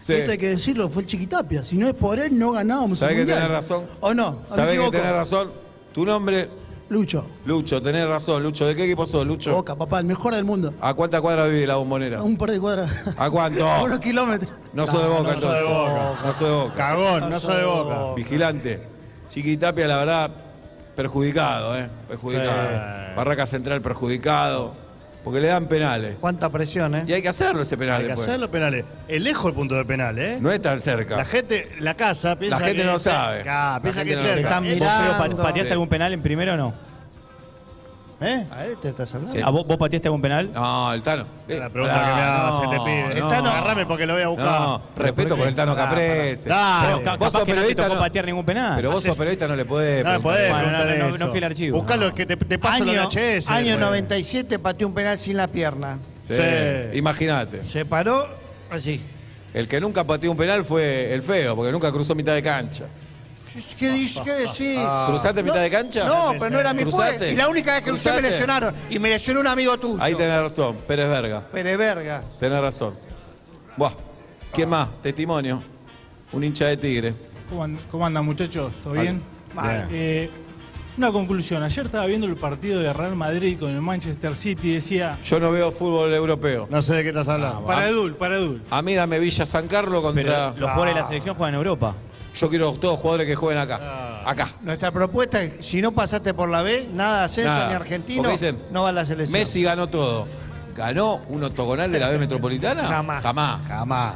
Sí.
Esto hay que decirlo, fue el Chiquitapia. Si no es por él, no ganábamos el
¿Sabés que
Mundial.
tenés razón?
¿O no? ¿O me
Sabés que
equivoco?
tenés razón. Tu nombre,
Lucho,
Lucho, tenés razón, Lucho. ¿De qué equipo sos, Lucho?
Boca, papá, el mejor del mundo.
¿A cuánta cuadra vive la bombonera?
A un par de cuadras.
¿A cuánto?
A unos kilómetros.
No soy de boca,
no soy de
entonces.
Boca.
No soy de boca.
Cagón, no soy de boca.
Vigilante. Chiquitapia, la verdad, perjudicado, ¿eh? Perjudicado.
Sí.
Barraca Central, perjudicado. Porque le dan penales.
Cuánta presión,
Y
¿eh?
hay que hacerlo ese penal
Hay que
después.
hacer los penales. Es lejos el punto de penal, ¿eh?
pues. No es tan
La
cerca.
gente, la casa piensa
gente
que
no
es-
sabe.
Ah,
La
piensa
gente
que es
no lo
cerca.
sabe.
Eh,
¿Vos, Feo, pa-
Mirando.
pateaste
Sí.
algún penal en primero o no?
¿Eh? A él te estás hablando.
Sí.
¿A vos, vos pateaste algún penal?
No, el Tano. Eh,
La pregunta
pará,
que me
no,
hace este pibe.
no,
el Tano, agarrame porque lo voy a buscar.
No, respeto por el Tano Caprese.
Dale.
Pero ca-
Ah, Vos
capaz
sos
que no te
periodista,
tocó
no.
patear ningún penal.
Pero vos sos periodista, no le podés.
No me
preguntar
podés
Bueno, no,
preguntar
no, no,
eso.
no fui al archivo.
Buscalo, que te, te paso
Año,
los VHS.
año
después.
97 pateó un penal sin la pierna.
eso.
Sí.
Sí. Imagínate.
Se paró así.
El que nunca pateó un penal fue el feo, porque nunca cruzó mitad de cancha.
¿Qué, dices? ¿Qué decís?
¿Cruzaste mitad de cancha?
Ah. No, pero no era mi
¿Cruzaste?
puesto. Y la única vez que crucé me
¿Cruzaste?
lesionaron. Y me lesionó un amigo tuyo.
Ahí tenés razón, Pérez Verga.
Pere verga.
Tenés razón. Buah.
Ah.
¿Quién más? Testimonio. Un hincha de tigre.
¿Cómo, an- cómo andan muchachos? ¿Todo
Vale.
bien?
Bien.
Eh, una conclusión. Ayer estaba viendo el partido de Real Madrid con el Manchester City y decía,
Yo no veo fútbol europeo.
No sé de qué estás hablando.
Ah.
para Edul, para Edul.
A mí dame Villa San Carlos
Pero
contra...
los jugadores de la selección juegan en Europa.
Yo quiero todos jugadores que jueguen acá.
Ah.
Acá.
Nuestra propuesta es, si no pasaste por la B, nada de ascenso
Nada.
ni argentino,
Porque dicen,
no va a la selección.
Messi ganó todo. ¿Ganó un octogonal de la B Metropolitana?
Jamás.
Jamás.
Jamás.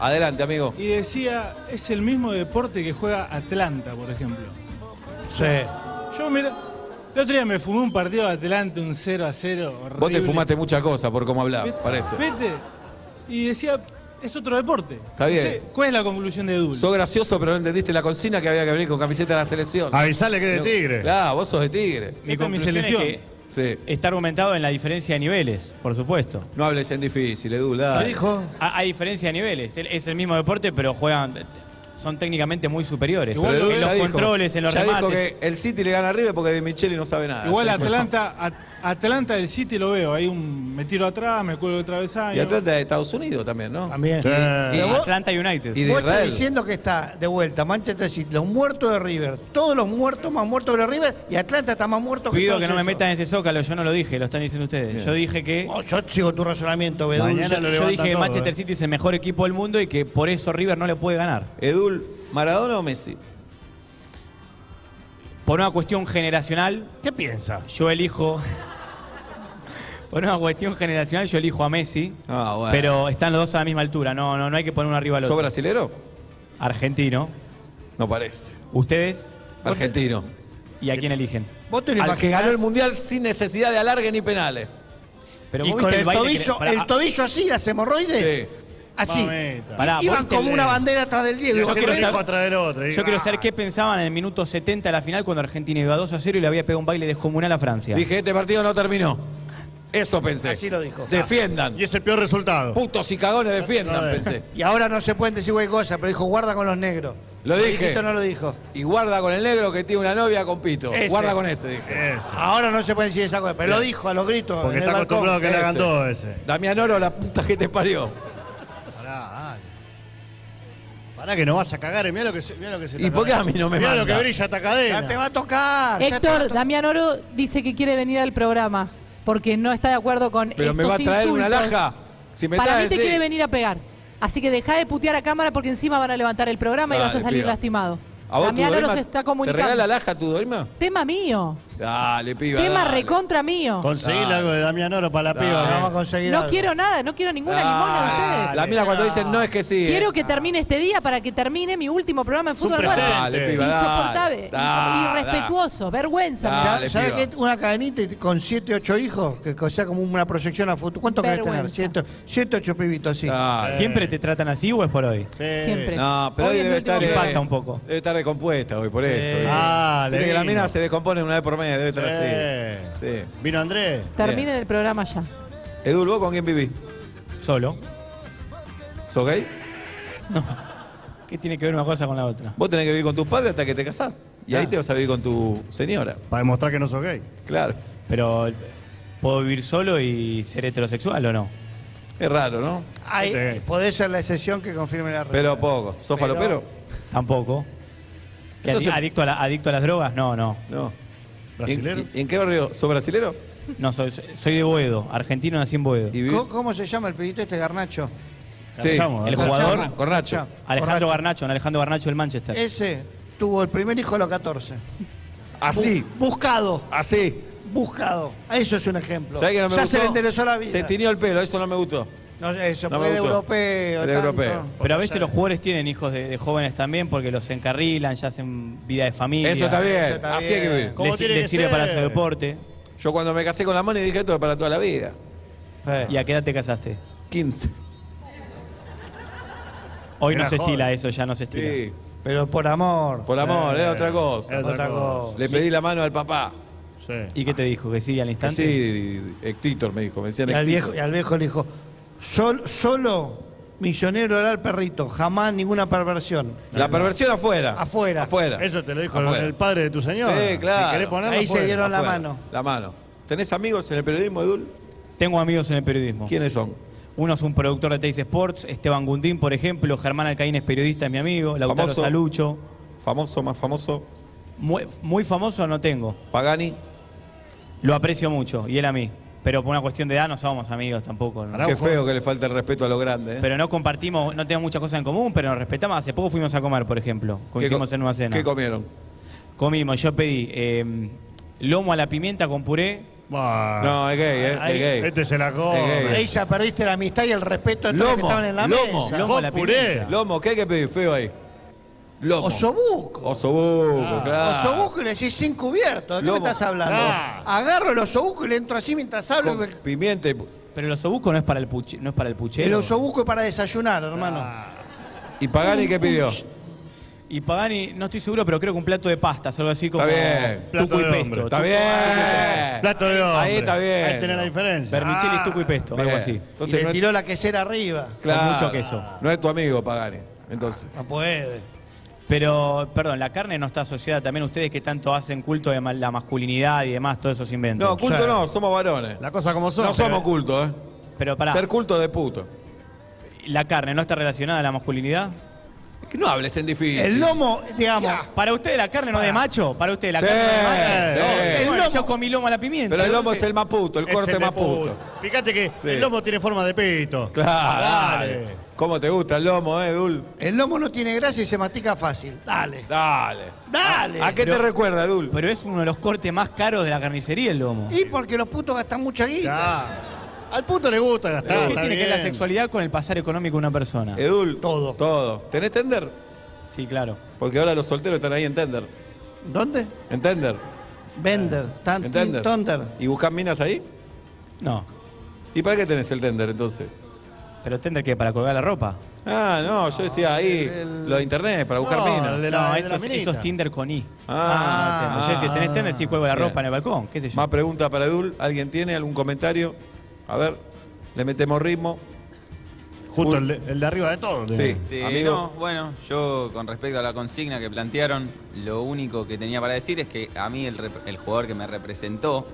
Adelante, amigo.
Y decía, es el mismo deporte que juega Atlanta, por ejemplo.
Sí.
Yo, mira, el otro día me fumé un partido de Atlanta, un 0 a 0. Horrible.
Vos te fumaste mucha cosa por cómo hablás,
¿Viste?
parece.
¿Viste? Y decía, es otro deporte.
Está bien.
¿Cuál es la conclusión de Edul?
Sos gracioso, pero no entendiste la consigna que había que venir con camiseta de la selección.
Avisale que es de tigre.
Claro, vos sos de tigre.
Mi
Esta es mi
conclusión es
selección.
que
Sí.
Está argumentado en la diferencia de niveles, por supuesto.
No hables en difícil, Edu, dale.
¿Qué dijo?
Ha- Hay diferencia de niveles. El- Es el mismo deporte, pero juegan. Son técnicamente muy superiores.
Pero Edu
en
ya
los
dijo-
controles, en los
ya
remates.
dijo que el City le gana a River porque de Micheli no sabe nada.
Igual
Ya
Atlanta, At- Atlanta del City lo veo. Hay un me tiro atrás, me cuelgo otra vez
dijo. Y Atlanta de Estados Unidos también, ¿no?
También.
Sí.
Y-
Y Atlanta United.
y de
Vos estás
Israel.
diciendo que está de vuelta Manchester City, los muertos de River, todos los muertos más muertos de River y Atlanta está más muerto que
Pido
todos
que no me
esos.
metan en ese zócalo, yo no lo dije, lo están diciendo ustedes. Yo dije que.
Oh, yo sigo tu razonamiento, Bedul.
Mañana
Yo,
lo
yo
levantan
dije que
todo,
Manchester
eh.
City es el mejor equipo del mundo y que por eso River no le puede ganar.
Edul, ¿Maradona o Messi?
Por una cuestión generacional,
¿Qué piensa?
yo elijo Por una cuestión generacional yo elijo a Messi,
Ah, bueno.
pero están los dos a la misma altura. No, no, no hay que poner uno arriba al otro.
¿Sos brasilero?
Argentino.
No parece.
¿Ustedes?
Argentino.
¿Y a quién eligen?
¿Vos te lo
Al que
imaginás?
ganó el mundial sin necesidad de alargue ni penales.
Pero
Y
vos
con
viste
el,
baile que le-
tobillo,
pará,
el
ah,
tobillo así, las hemorroides, así.
Mameta.
pará, vos
Iban
viste
como
el-
una bandera atrás del Diego.
Yo
Yo
quiero
quiero
saber-
atrás del otro. y- ah,
Yo
Ah.
quiero saber qué pensaban en el minuto 70 de la final cuando Argentina iba 2 a 0 y le había pegado un baile descomunal a Francia.
Dije, este partido no terminó. Eso pensé.
Así lo dijo.
Defiendan.
Y es el peor resultado.
Putos y cagones,
A
defiendan,
ver.
pensé.
Y ahora no se pueden decir güey cosa, pero dijo guarda con los negros.
Lo dije.
Esto no lo dijo.
Y guarda con el negro que tiene una novia con pito.
Ese.
Guarda con ese, dije.
Eso.
Ahora no se puede decir esa cosa, pero lo dijo a los gritos.
Porque
en el
está
balcón.
acostumbrado a que le hagan
Ese.
todo ese.
Damián Oro, la puta que te parió.
Pará que no vas a cagar, mirá lo que se, mirá lo que se
¿Y
está
por qué
cagando.
a mí no me
Mirá lo
manda?
que brilla esta
Ya te
cadena.
va a
Ah,
tocar. ya te va a
Héctor,
tocar.
Damián Oro dice que quiere venir al programa porque no está de acuerdo con
Pero me
estos
va a traer una
insultos.
laja. Si me
Para
trae,
mí te
sí.
quiere venir a pegar. Así que deja de putear a cámara porque encima van a levantar el programa y
Dale,
vas a salir
piba.
lastimado.
¿A vos tu
Damián Oro
Dorima-
se está
¿Te
comunicando.
regala laja tu dorima?
Tema mío.
Dale, piba.
tema
dale.
recontra mío.
Conseguí
Dale.
algo de Damián Oro para la
Pero
piba. eh.
Vamos a conseguir
No
algo.
quiero nada, no quiero ninguna limona de
Dale.
ustedes.
Ah, La mira cuando dicen no es que sí. eh.
Quiero que termine este día para que termine mi último programa en
un
fútbol.
presente.
Bueno,
Dale, piba, dale.
Insoportable,
Dale.
irrespetuoso, vergüenza.
Ya,
Dale,
¿Sabes
piba.
qué? Una cadenita y con 7, 8 hijos, que o sea como una proyección a futuro. ¿Cuánto querés tener?
Vergüenza.
7, 8 pibitos, "Ah, sí.
Dale.
¿Siempre te tratan así o es por hoy?
Sí.
Siempre.
No, pero
Hoy
hoy
es mi
debe
último
estar. eh,
programa.
Impacta un poco.
Debe estar recompuesta hoy, por eso. ¿viste?
Ah,
Viste que la
divino.
mina se descompone una vez por mes, debe estar así.
Sí.
Sí.
Vino Andrés.
Terminen el programa ya.
Edul, ¿vos con quién vivís?
Solo.
¿Sos gay?
¿Qué tiene que ver una cosa con la otra?
Vos tenés que vivir con tus padres hasta que te casás. Y ahí
Ah.
te vas a vivir con tu señora.
Para demostrar que no sos gay.
Claro.
Pero puedo vivir solo y ser heterosexual o no.
Es raro, ¿no?
Ahí,
Sí.
podés ser la excepción que confirme la regla.
Pero poco. ¿Sos
Pero-
falopero?
Tampoco. ¿Que
Entonces-
adi- adicto, a la- adicto a las drogas? No, no.
No.
Brasilero.
¿En, y- en qué barrio? ¿Sos brasilero?
No, soy, soy de Boedo. Argentino nací en Boedo.
¿Y
¿Cómo,
vivís?
cómo se llama el pibito este garnacho?
Cachamos,
el
¿eh?
jugador.
Garnacho.
Con Nacho.
Alejandro
Borracho.
Garnacho, un Alejandro Garnacho del Manchester.
Ese tuvo el primer hijo a los 14.
Así.
Bu- buscado,
Así.
buscado. Eso es un ejemplo.
¿Sabés que no me
ya
gustó?
se le interesó la vida.
Se tiñó el pelo, eso no me gustó.
No, eso,
No me
fue de
gustó.
europeo.
De
tanto.
europeo.
Pero a veces los jugadores tienen hijos de, de jóvenes también porque los encarrilan, ya hacen vida de familia.
Eso está bien.
Eso está
Así hay que
bien.
vivir.
¿Cómo
Les,
tiene
les
que
sirve
ser?
para su deporte.
Yo cuando me casé con la mano dije esto es para toda la vida.
Eh.
¿Y a qué edad te casaste?
15.
Hoy
Era
no se
joven.
estila eso, ya no se estila.
Sí.
Pero por amor.
Por amor, era otra cosa.
Era Eh, otra
Otra
cosa.
cosa.
Le pedí la mano al papá.
Sí.
¿Y qué te dijo? ¿Que sí al
Que
instante?
Sí, Héctor me dijo. Me decían
Y al,
Héctor.
viejo, y al viejo le dijo, "Sol- solo misionero era el perrito, jamás ninguna perversión.
La perversión afuera.
Afuera.
Afuera.
Eso te lo dijo
Afuera.
el padre de tu señor.
Sí, claro.
Si querés ponerlo,
Ahí se
ponelo.
dieron la mano.
La mano. ¿Tenés amigos en el periodismo, Edul?
Tengo amigos en el periodismo.
¿Quiénes son?
Uno es un productor de Teis Sports, Esteban Gundín, por ejemplo. Germán Alcaín es periodista, es mi amigo. Lautaro
Famoso.
Salucho.
Famoso, más famoso.
Muy, muy famoso no tengo.
Pagani.
Lo aprecio mucho, y él a mí. Pero por una cuestión de edad no somos amigos tampoco. ¿no?
Pará,
Qué
ojo.
feo que le falta el respeto a lo grande. ¿eh?
Pero no compartimos, no tenemos muchas cosas en común, pero nos respetamos. Hace poco fuimos a comer, por ejemplo.
¿Qué
Coincidimos
co-
en una cena.
¿Qué comieron?
Comimos, yo pedí eh, lomo a la pimienta con puré.
Bah.
No, es gay, ¿eh?
Ahí,
es gay.
Este se la
Es
come.
Ahí ya perdiste la amistad y el respeto de todos los que
Lomo,
estaban en la
lomo,
mesa.
Lomo a la
Con puré.
pimienta.
Lomo, ¿qué hay que pedir feo ahí? Lomo.
Osobuco.
Osobuco, claro.
Osobuco y le decís sin cubierto. ¿De qué
Lomo.
me estás hablando?
Ah.
Agarro el osobuco y le entro así mientras hablo.
Con pimienta y... pu-
Pero el osobuco no es para el, puche- no es para el puchero.
El osobuco es para desayunar, hermano.
¿Y Pagani qué pidió?
Y Pagani, no estoy seguro, pero creo que un plato de pastas, algo así como
bien.
tuco
Plato
y
de
pesto.
hombre.
Tuco-
Está bien.
Plato de hombre.
Ahí está bien.
Ahí tenés la diferencia. Ah.
Vermicelli, tuco y pesto,
Bien.
algo así.
Y
Entonces,
le
no es-
tiró la quesera arriba.
claro,
mucho queso.
No es tu amigo, Pagani. Entonces.
No puede.
Pero, perdón, la carne no está asociada también a ustedes que tanto hacen culto de ma- la masculinidad y demás, todos esos inventos.
No, culto
Sí.
no, somos varones.
La cosa como son.
No somos culto, ¿eh?
pero pará,
Ser culto de puto.
¿la carne no está relacionada a la masculinidad?
Que no hables en difícil.
El lomo, digamos.
Para usted la carne no es de macho, para usted la
Sí,
carne no es de macho.
sí.
El lomo, yo comí lomo a la pimienta.
Pero el lomo
entonces-
es el maputo, el
Es
corte
el de
maputo.
puto. Fíjate que
Sí.
el lomo tiene forma de pito. Ah,
Claro.
Dale.
¿Cómo te gusta el lomo, eh, Dul?
El lomo no tiene grasa y se mastica fácil. Dale.
Dale.
Dale.
Ah, ¿A qué te
Pero-
recuerda, Dul?
Pero es uno de los cortes más caros de la carnicería el lomo.
Y porque los putos gastan mucha guita.
Ya. Al puto le gusta gastar.
¿Qué
está
tiene que ver
bien.
la sexualidad con el pasar económico de una persona?
Edul.
Todo.
Eh, Todo. ¿Tenés tender?
Sí, claro.
Porque ahora los solteros están ahí en tender.
¿Dónde?
En tender.
Bender.
En
Tantin,
tender.
Tonder.
¿Y buscas minas ahí?
No.
¿Y para qué tenés el tender entonces?
Pero tender que para colgar la ropa.
Ah, no, yo decía ahí, lo de internet, para buscar
No,
minas.
el de la-
no,
el de la
esos,
minita.
esos Tinder con I.
Ah,
Yo decía, tenés tender, sí cuelgo la
Bien.
ropa en el balcón, qué sé yo.
Más preguntas para Edul. ¿Alguien tiene algún comentario? A ver, le metemos ritmo.
Justo el de, el de arriba de todo.
Sí,
Este,
amigo.
no, bueno, yo con respecto a la consigna que plantearon, lo único que tenía para decir es que a mí el, rep- el jugador que me representó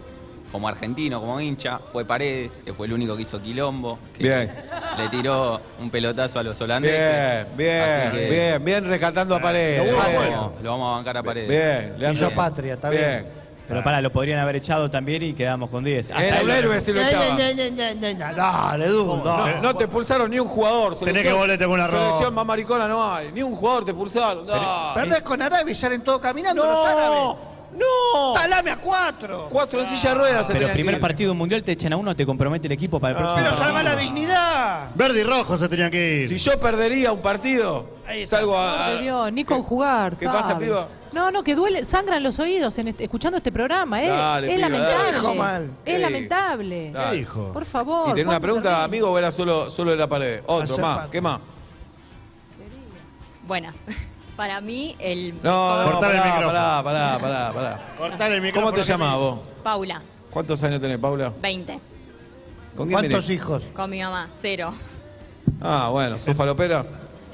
como argentino, como hincha, fue Paredes, que fue el único que hizo quilombo, que
Bien.
le tiró un pelotazo a los holandeses.
Bien, bien,
Así que Ah,
bien, bien rescatando a Paredes.
Lo
Bien.
vamos, lo vamos a bancar a Paredes.
Bien, le han
Hizo patria,
Eh,
está bien.
Pero para, lo podrían haber echado también y quedamos con 10. Hasta
Era
ahí
un
lo-
héroe
Eh,
si lo echaba.
Ya, ya, ya, ya, ya. eh, Dale, Dul.
No,
dale.
no te expulsaron ni un jugador.
Tenés que volverte con una ropa.
Selección más maricona no hay. Ni un jugador te expulsaron. dale.
Perdés con Arabia y salen todos caminando los
No,
árabes.
no.
Talame a cuatro.
Cuatro en silla de ruedas. se
Pero
tenían
el
que
primer
ir. Ah,
partido de un mundial te echan a uno, te compromete el equipo para el próximo.
Pero
partido.
salva la dignidad.
Verde y rojo se tenían que ir.
Si yo perdería un partido, salgo a.
Por Dios, ni conjugar.
¿Qué pasa,
¿sabe?
piba?
No, no, que duele, sangran los oídos en este- escuchando este programa. Es,
Dale,
es
piba,
lamentable.
dale.
Dijo mal.
Es lamentable.
Dale.
¿Qué dijo?
Por favor.
¿Y tenés una
Juan,
pregunta,
perdón.
amigo, o era solo, solo de la pared? Otro,
Hacer
más.
patria.
¿Qué más?
Buenas. Para mí, el
No, no,
Cortale el
pará,
micrófono.
pará, pará, pará, pará.
Cortar el micrófono.
¿Cómo te
que me-
llamás vos?
Paula,
¿Cuántos años tenés, Paula?
20.
¿Con quién
¿Cuántos
venís?
hijos?
Con mi mamá, cero.
Ah, bueno, sos falopera.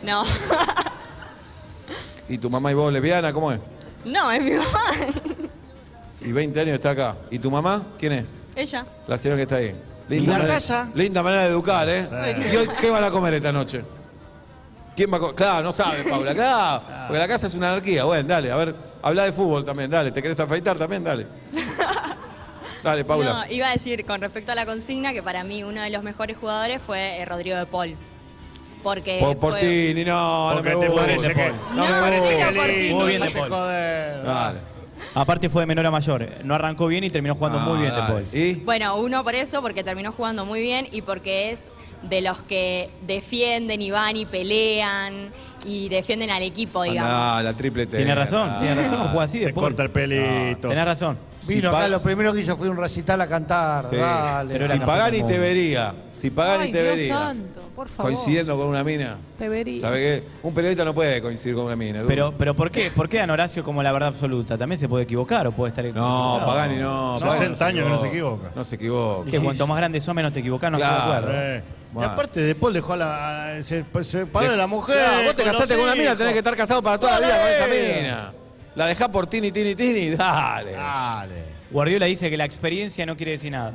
No.
¿Y tu mamá y vos lesbiana? ¿Cómo es?
no, es mi mamá.
Y 20 años está acá. ¿Y tu mamá? ¿Quién es?
Ella.
La señora que está ahí.
¿Y la
manera-
casa? Ah,
Linda manera de educar, ¿eh? ¿Y hoy qué van a comer esta noche? ¿Quién va a comer? Claro, no sabe, Paula, claro.
Ah.
Porque la casa es una anarquía. Bueno, dale, a ver, habla de fútbol también, dale. ¿Te querés afeitar también? Dale. Dale, Paula.
No, iba a decir con respecto a la consigna que para mí uno de los mejores jugadores fue eh, Rodrigo de Paul.
Eh,
Porque.
Por,
fue-
Portini, no, no
Porque
me
te
gusta.
parece que.
No,
me
no
parece
era
que lindo.
Muy
bien, De Paul.
Joder.
Dale.
Aparte fue de menor a mayor. No arrancó bien y terminó jugando muy bien, De
Dale.
Paul.
Ah, ¿Y?
Bueno, uno por eso, porque terminó jugando muy bien y porque es de los que defienden y van y pelean y defienden al equipo, digamos.
Ah, la triple T.
Tiene razón,
Ah.
tiene razón, juega así,
Se
De Paul.
corta el pelito.
Tenés razón.
Vino
Si
acá,
pa-
lo primero que hizo fue un recital a cantar.
Sí.
Dale.
Pero era
si
campeón
Pagani
del
te
mundo.
vería, si Pagani
Ay,
te
Dios
vería,
santo, por favor.
coincidiendo con una mina,
Te vería.
¿sabe qué? Un periodista no puede coincidir con una mina. Edu.
Pero, pero ¿por qué? ¿Por qué dan Horacio como la verdad absoluta? También se puede equivocar o puede estar
no, Pagani no. Pagani
60 años que no se equivoca.
No se equivoca.
Que cuanto más grande sos, menos te equivocás, no estoy de
Claro.
acuerdo.
Eh.
Bueno.
Y aparte de Paul dejó a la. a- se, pues, se paró de la mujer.
Claro, vos te
con
casaste
los
con una mina,
hijos.
tenés que estar casado para toda la vida con esa
Dale.
mina. La dejás por tini, tini, tini, dale.
Ah,
Dale.
Guardiola dice que la experiencia no quiere decir nada.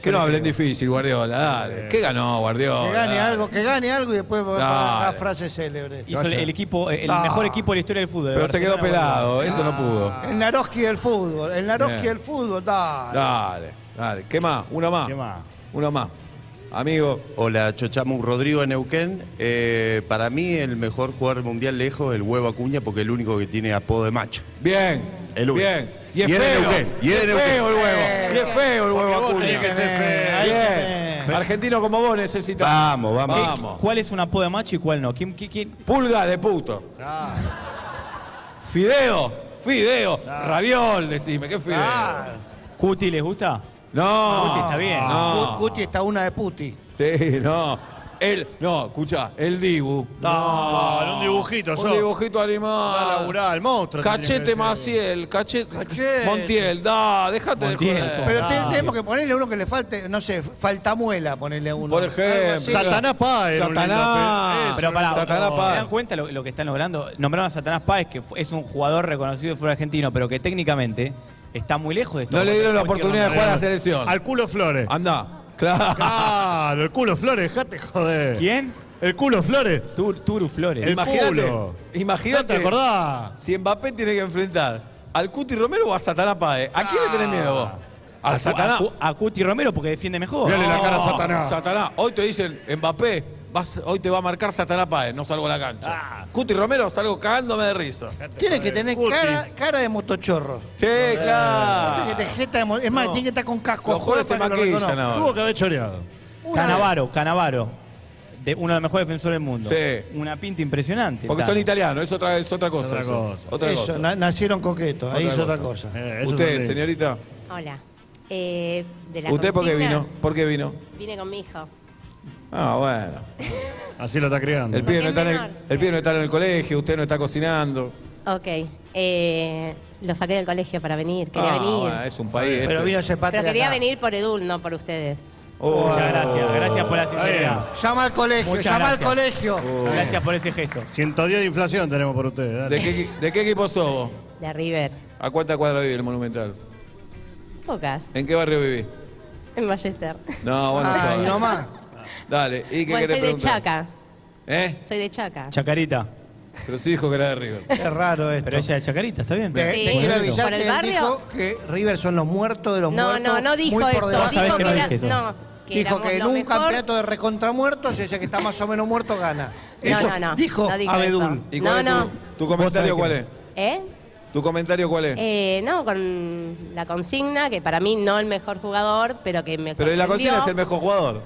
que no hablen difícil, Guardiola, dale. ¿Qué ganó, Guardiola?
Que gane
Dale.
algo, que gane algo y después va a
Dale.
hacer frases célebres.
Hizo el, el equipo, eh, el
Ah.
mejor equipo de la historia del fútbol.
Pero se quedó
Barcelona,
pelado, eh. eso no pudo.
El Naroski del fútbol, el Naroski
Bien.
del fútbol, dale.
Dale, dale. ¿Qué más? Uno más.
¿Qué más?
Uno más. Amigo,
Hola, Chochamu, Rodrigo de Neuquén. Eh, para mí el mejor jugador mundial lejos es el huevo Acuña porque es el único que tiene apodo de macho.
bien.
El uno.
bien. Y es
Y es de
feo.
Neuquén, y es de
es feo
Neuquén.
el huevo. Y es feo el huevo
vos
Acuña.
tenés que ser feo.
Bien. Argentino como vos necesita.
Vamos, vamos.
boludo.
Vamos.
¿Cuál es un apodo de macho y cuál no? ¿Quién, quién, quién?
Pulga de puto. Fideo. Fideo. Raviol, decime. ¿Qué fideo?
¿Cuti les gusta?
No.
Cuti está bien.
No.
Guti Ah. está una de puti.
Sí, no. El, no, escucha, el Dibu.
No, en un dibujito
Un
solo.
dibujito
Va a
animal.
laburar, el monstruo. tenía que
Cachete
ser.
Maciel, cachete.
Cachete.
Montiel, da, déjate
Montiel.
de joder.
Pero te- tenemos que ponerle uno que le falte, no sé, faltamuela, ponerle a uno.
Por ejemplo.
Satanás Páez era un lindo
Satanás.
pe- eso,
Pero pará,
Ah, Satanás
¿se
Páez.
dan cuenta lo, lo que están logrando? Nombraron a Satanás Páez, que fu- es un jugador reconocido de fútbol argentino, pero que técnicamente está muy lejos de esto.
No le dieron la oportunidad de jugar a la
Algo.
selección. Ah.
Al culo Flores.
Anda. Claro.
el culo Flores, dejate joder.
¿Quién?
El culo Flores.
Turu Flores.
El
Imagínate,
culo.
imagínate.
¿No te acordás?
Si Mbappé tiene que enfrentar al Cuti Romero o a Satanás Páez, ¿a quién le tenés miedo vos?
Cu-
Ah.
Al Satanás.
Cu- a Cuti Romero porque defiende mejor.
No, Satanás. Hoy te dicen, Mbappé, vas- hoy te va a marcar Satanás Páez, no salgo a la cancha.
Ah.
Cuti Romero, salgo cagándome de risa.
Tiene que tener cara, cara de motochorro.
Sí, claro.
Este
Tiene que tener jeta de mo- Es más,
Ah. No.
tiene que estar con casco.
Los jugadores
afuera
se
para que lo
maquillan
reconozcan.
ahora.
Tuvo que haber choreado.
Una
Canavaro, Canavaro. De uno de los mejores defensores del mundo.
Sí.
Una pinta impresionante.
Porque
Tano.
son italianos, es otra, es otra cosa. eso. Otra cosa. Eh,
Eso, na- nacieron coquetos, ahí es otra cosa.
Usted, señorita,
Hola. Eh, de la
¿usted por qué
consigna,
vino? ¿Por qué vino?
Vine con mi hijo.
Ah, bueno.
Así lo está criando.
El pibe, no
Es
está en el,
menor.
el pibe no está en el colegio, usted no está cocinando.
Ok. eh, lo saqué del colegio para venir. Quería
Ah,
venir.
bueno, es un país.
Pero
este.
vino ese patria.
Pero quería
acá.
venir por Edul, no por ustedes.
Oh.
Muchas gracias, gracias por la sinceridad.
Llama al colegio,
Muchas
llama
gracias.
al colegio.
Gracias por ese gesto.
110 de inflación tenemos por ustedes. dale.
¿De qué, de qué equipo sos vos?
De River.
¿A cuánta cuadra vive el Monumental?
Pocas.
¿En qué barrio vivís?
En Ballester.
No, bueno,
Ay,
sabés.
nomás.
Dale, ¿y qué
Bueno,
querés
soy de
preguntar?
Chaca.
¿Eh?
Soy de Chaca.
Chacarita.
Pero sí dijo que era de River.
Es raro esto.
Pero ella es Chacarita, ¿está bien?
Te,
Sí.
te quiero avisar
¿Por el
que él
barrio?
dijo que River son los muertos de los
No,
muertos.
no, no dijo
muy por
eso.
debajo.
Vos sabés
Dijo
que
que,
no
era-
dije eso.
no, que
Dijo
éramos
que en
lo
un
mejor.
campeonato de recontramuertos, ese que está más o menos muerto gana.
No,
Eso
no, no,
dijo
no dijo
Abedul.
eso.
¿Y cuál
No,
es
no.
tu, tu comentario
Vos
cuál
sabés
es?
¿Eh?
¿Tu comentario cuál es?
Eh, no, con la consigna, que para mí no el mejor jugador, pero que me
Pero en la consigna es el
sorprendió.
mejor jugador.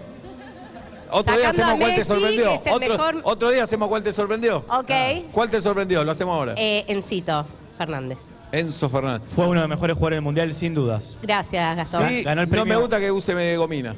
Otro
Sacando
día
a
hacemos cuál te
Messi,
sorprendió.
que es el
Otro,
mejor-
otro día hacemos cuál te sorprendió.
Ok.
¿Cuál te sorprendió? Lo hacemos ahora.
Eh, Encito Fernández.
Enzo Fernández.
Fue uno de los mejores jugadores del mundial, sin dudas.
Gracias, Gastón.
Sí,
ganó el
no
premio.
me gusta que use me- gomina.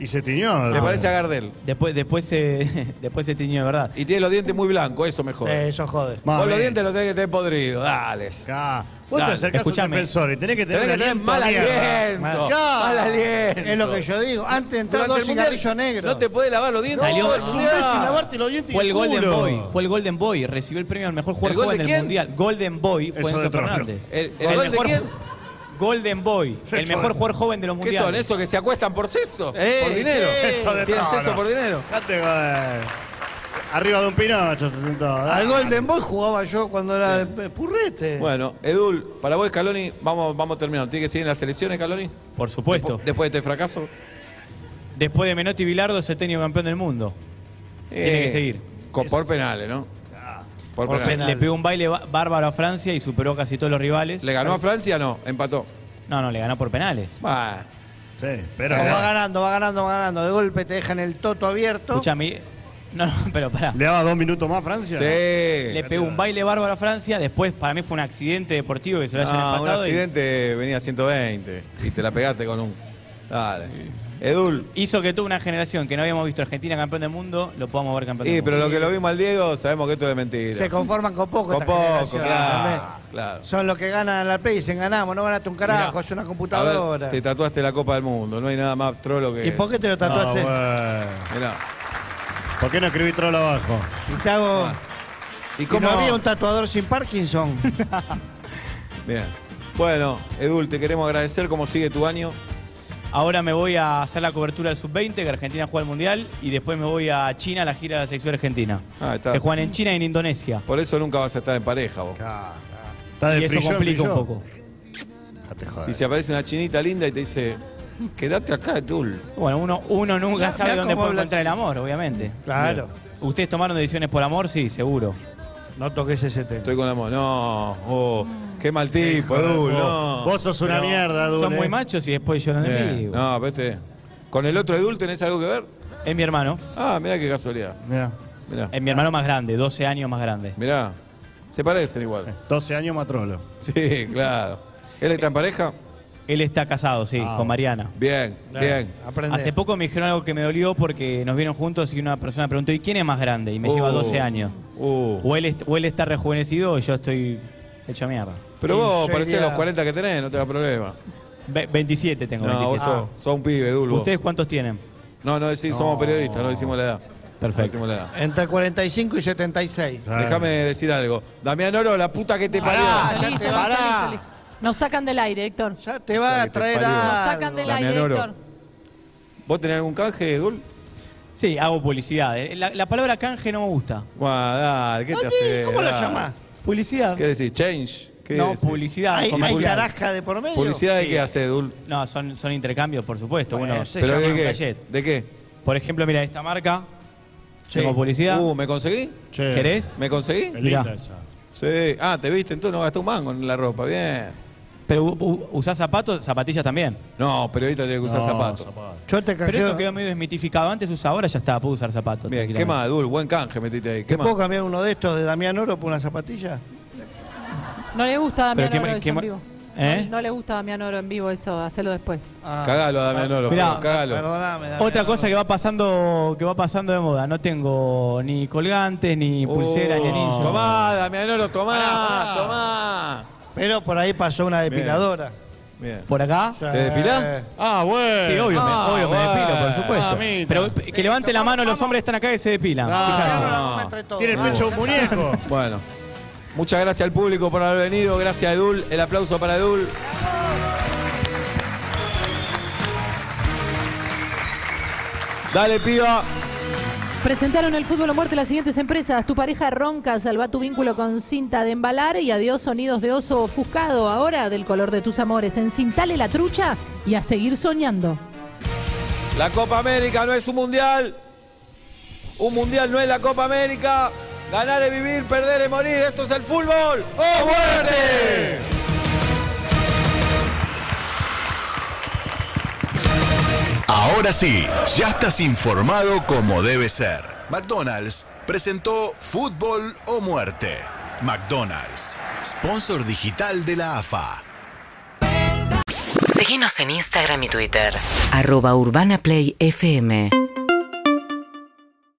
Y se
Ah.
tiñó.
Se
¿no?
parece a Gardel.
Después, después, se, después se tiñó de verdad.
Y tiene los dientes muy blancos, eso mejor.
Eh, Eso jode.
Mami.
Vos los dientes los tenés que tener podridos, dale.
Acá. Ah, Vos
Dale,
te acercás a un
escuchame.
defensor y tenés que tener
Tenés que
un
tener
aliento
mal
a mierda.
aliento.
Acá.
Mal aliento.
Es lo que yo digo. Antes de entrar
Durante
dos
el Mundial
cigarrillos negros.
No te podés lavar los dientes.
Salió-
todo el
es un
mundial.
mes sin lavarte los dientes y
Fue el
el
Golden
culo.
Boy. Fue el Golden Boy. Recibió el premio al mejor
¿El
jugador
gol de
joven del
quién?
mundial. Golden Boy fue
Eso de
Enzo
otro.
Fernández.
¿El- el gol de
mejor
quién?
ju- Golden Boy.
Eso
El
de-
mejor jugador joven de los
¿Qué
mundiales.
son? ¿Esos que se acuestan por sexo?
Eh,
¿Por dinero?
sí.
Eso de
¿Tienen
no,
sexo
no.
por dinero?
Date, joder. Arriba de un pinocho se sentó.
Al Golden Boy jugaba yo cuando era de purrete.
Bueno, Edul, para vos, Scaloni, vamos, vamos terminando. ¿Tiene que seguir en las elecciones, Scaloni?
Por supuesto.
Después, después de este fracaso.
Después de Menotti y Bilardo, se ha tenido campeón del mundo. Tiene que seguir.
Eh, con- por penales, ¿no? Por,
Por
penales.
pe- Le pegó un baile ba- bárbaro a Francia y superó casi todos los rivales.
¿Le ganó a Francia? No, empató.
No, no, le ganó por penales.
Bah.
Sí, pero.
Va ganando, va ganando, va ganando. De golpe te dejan el toto abierto.
Escúchame. No, no, pero pará.
¿Le daba dos minutos más a Francia?
Sí. Eh,
Le pegó un baile bárbaro a Francia. Después, para mí, fue un accidente deportivo que se lo hayan
No,
empatado.
Ah, un
y-
accidente venía a 120 y te la pegaste con un. Dale. Edul.
Hizo que toda una generación que no habíamos visto Argentina campeón del mundo, lo podamos ver campeón
Sí,
del
pero
mundo.
lo que lo vimos al Diego, sabemos que esto es de mentira.
Se conforman con poco.
Con
esta
poco,
generación, ¿eh?
claro.
¿entendés?
claro.
Son los que ganan la play y dicen ganamos, no ganaste un carajo,
Mirá.
es una
A ver,
computadora.
te tatuaste la Copa del Mundo, no hay nada más trolo que.
¿Y por qué te lo
No,
tatuaste?
bueno.
Mirá.
Ah, ¿Por qué no escribí troll abajo?
y te hago.
Ah, ¿Y
y
cómo
no había un tatuador sin Parkinson.
Bien. Bueno, Edul, te queremos agradecer cómo sigue tu año.
Ahora me voy a hacer la cobertura del Sub-20, que Argentina juega el Mundial, y después me voy a China a la gira de la sección argentina.
Ah, está.
Que juegan en China y en Indonesia.
Por eso nunca vas a estar en pareja vos.
Está de
Y eso
frillón,
complica un
frillón.
poco.
Dejate joder.
Y se aparece una chinita linda y te dice, quedate acá, Edul.
Bueno, uno, uno nunca
Mirá-
sabe
mirá
dónde
cómo
puede
habla
encontrar el amor, obviamente.
Claro.
Bien. ¿Ustedes tomaron decisiones por amor? Sí, seguro.
No toques ese tema.
Estoy con la mano. No, oh, qué mal tipo, Edul,
Vos-
no.
Vos sos una
Pero
mierda, Dule.
Son
eh.
muy machos y después lloran en
Bien.
vivo.
No, vete. ¿Con el otro Edul tenés algo que ver?
Es mi hermano.
Ah, mirá qué casualidad.
Mirá,
Mirá,
Es mi hermano más grande, 12 años más grande.
mirá. Se parecen
Eh.
igual.
12 años más trolo.
Sí, claro. ¿Él está en pareja?
Él está casado, sí,
Ah.
con Mariana.
Bien, bien.
Aprende.
Hace poco me dijeron algo que me dolió porque nos vieron juntos y una persona preguntó, ¿y quién es más grande? Y me lleva
Oh.
12 años.
Uh.
O él, est- o él está rejuvenecido o yo estoy hecho mierda.
Pero vos
Sería-
parecés los 40 que tenés, no te da problema.
Ve- 27 tengo,
No, vos
27.
sos, sos un pibe, Edul. vos.
¿Ustedes cuántos tienen?
No, no, decís, somos periodistas, no decimos la edad.
Perfecto.
No decimos la edad.
Entre 45 y 76.
Claro.
Déjame decir algo. Damián Oro, la puta que te parió.
Pará,
Listo,
ya te
listo,
va,
listo, listo. Nos sacan del aire, Héctor.
ya te va
Dale,
a
te
traer
parió.
a.
Nos sacan del
Damián
aire,
Oro.
Héctor.
¿Vos tenés algún canje, Edul?
Sí, hago publicidad. Eh, La, la palabra canje no me gusta.
Guau, dale, ¿qué te hace? Dale.
Publicidad.
¿Qué decís? ¿Change? ¿Qué
no,
decís?
publicidad. como publicidad.
de por medio?
¿Publicidad de qué hace, Edul?
No, son, son intercambios, por supuesto.
Bueno,
Uno
se ¿Pero
llama
de
un
qué?
gadget.
¿De qué?
Por ejemplo, mira, esta marca.
Sí.
Tengo publicidad.
Uh, ¿me conseguí?
Che. ¿Querés?
¿Me conseguí?
Qué linda Mirá.
esa. Sí. Ah, te viste, entonces no gastó un mango en la ropa, bien.
Pero u- u- usás zapatos, zapatillas también.
No, periodista tiene que usar zapatos.
Yo te
Pero eso quedó medio desmitificado. Antes usaba, ahora ya está, puedo usar zapatos.
Bien, ¿qué
tranquilamente.
más, Edul? Buen canje metiste ahí. ¿Qué
¿Te
más?
puedo cambiar uno de estos de Damián Oro por una zapatilla?
No le gusta a Damián
Pero qué
Oro
ma-
eso
qué
en
ma-
vivo.
¿Eh?
No, no le gusta a Damián Oro en vivo eso, hacelo después.
Ah.
Cagalo a Damián Oro,
Mirá,
Juan, cagalo.
Otra cosa que va pasando que va pasando de moda, no tengo ni colgantes, ni pulseras, ni anillos.
Oh. Tomá, Damián Oro, tomá, tomá.
Pero por ahí pasó una depiladora. Eh,
Bien.
¿Por acá?
¿Te depilás?
Ah, bueno.
Sí, obvio, me-
Ah,
obvio, me,
bueno.
depilo, por
Ah,
supuesto.
mita.
Pero p- que levanten la mano los hombres que están acá que se depilan. Fijate.
Tiene el pecho un muñeco.
Bueno, muchas gracias al público por haber venido. Gracias a Edul. El aplauso para Edul. Dale, piba.
Presentaron el fútbol a muerte las siguientes empresas. Tu pareja ronca, salva tu vínculo con cinta de embalar y adiós sonidos de oso ofuscado ahora del color de tus amores. Encintale la trucha y a seguir soñando.
La Copa América no es un mundial. Un mundial no es la Copa América. Ganar es vivir, perder es morir. Esto es el fútbol. ¡Oh, muerte!
Ahora sí, ya estás informado como debe ser. McDonald's presentó Fútbol o Muerte. McDonald's, sponsor digital de la AFA.
Seguinos en Instagram y Twitter.
Arroba Urbana Play FM.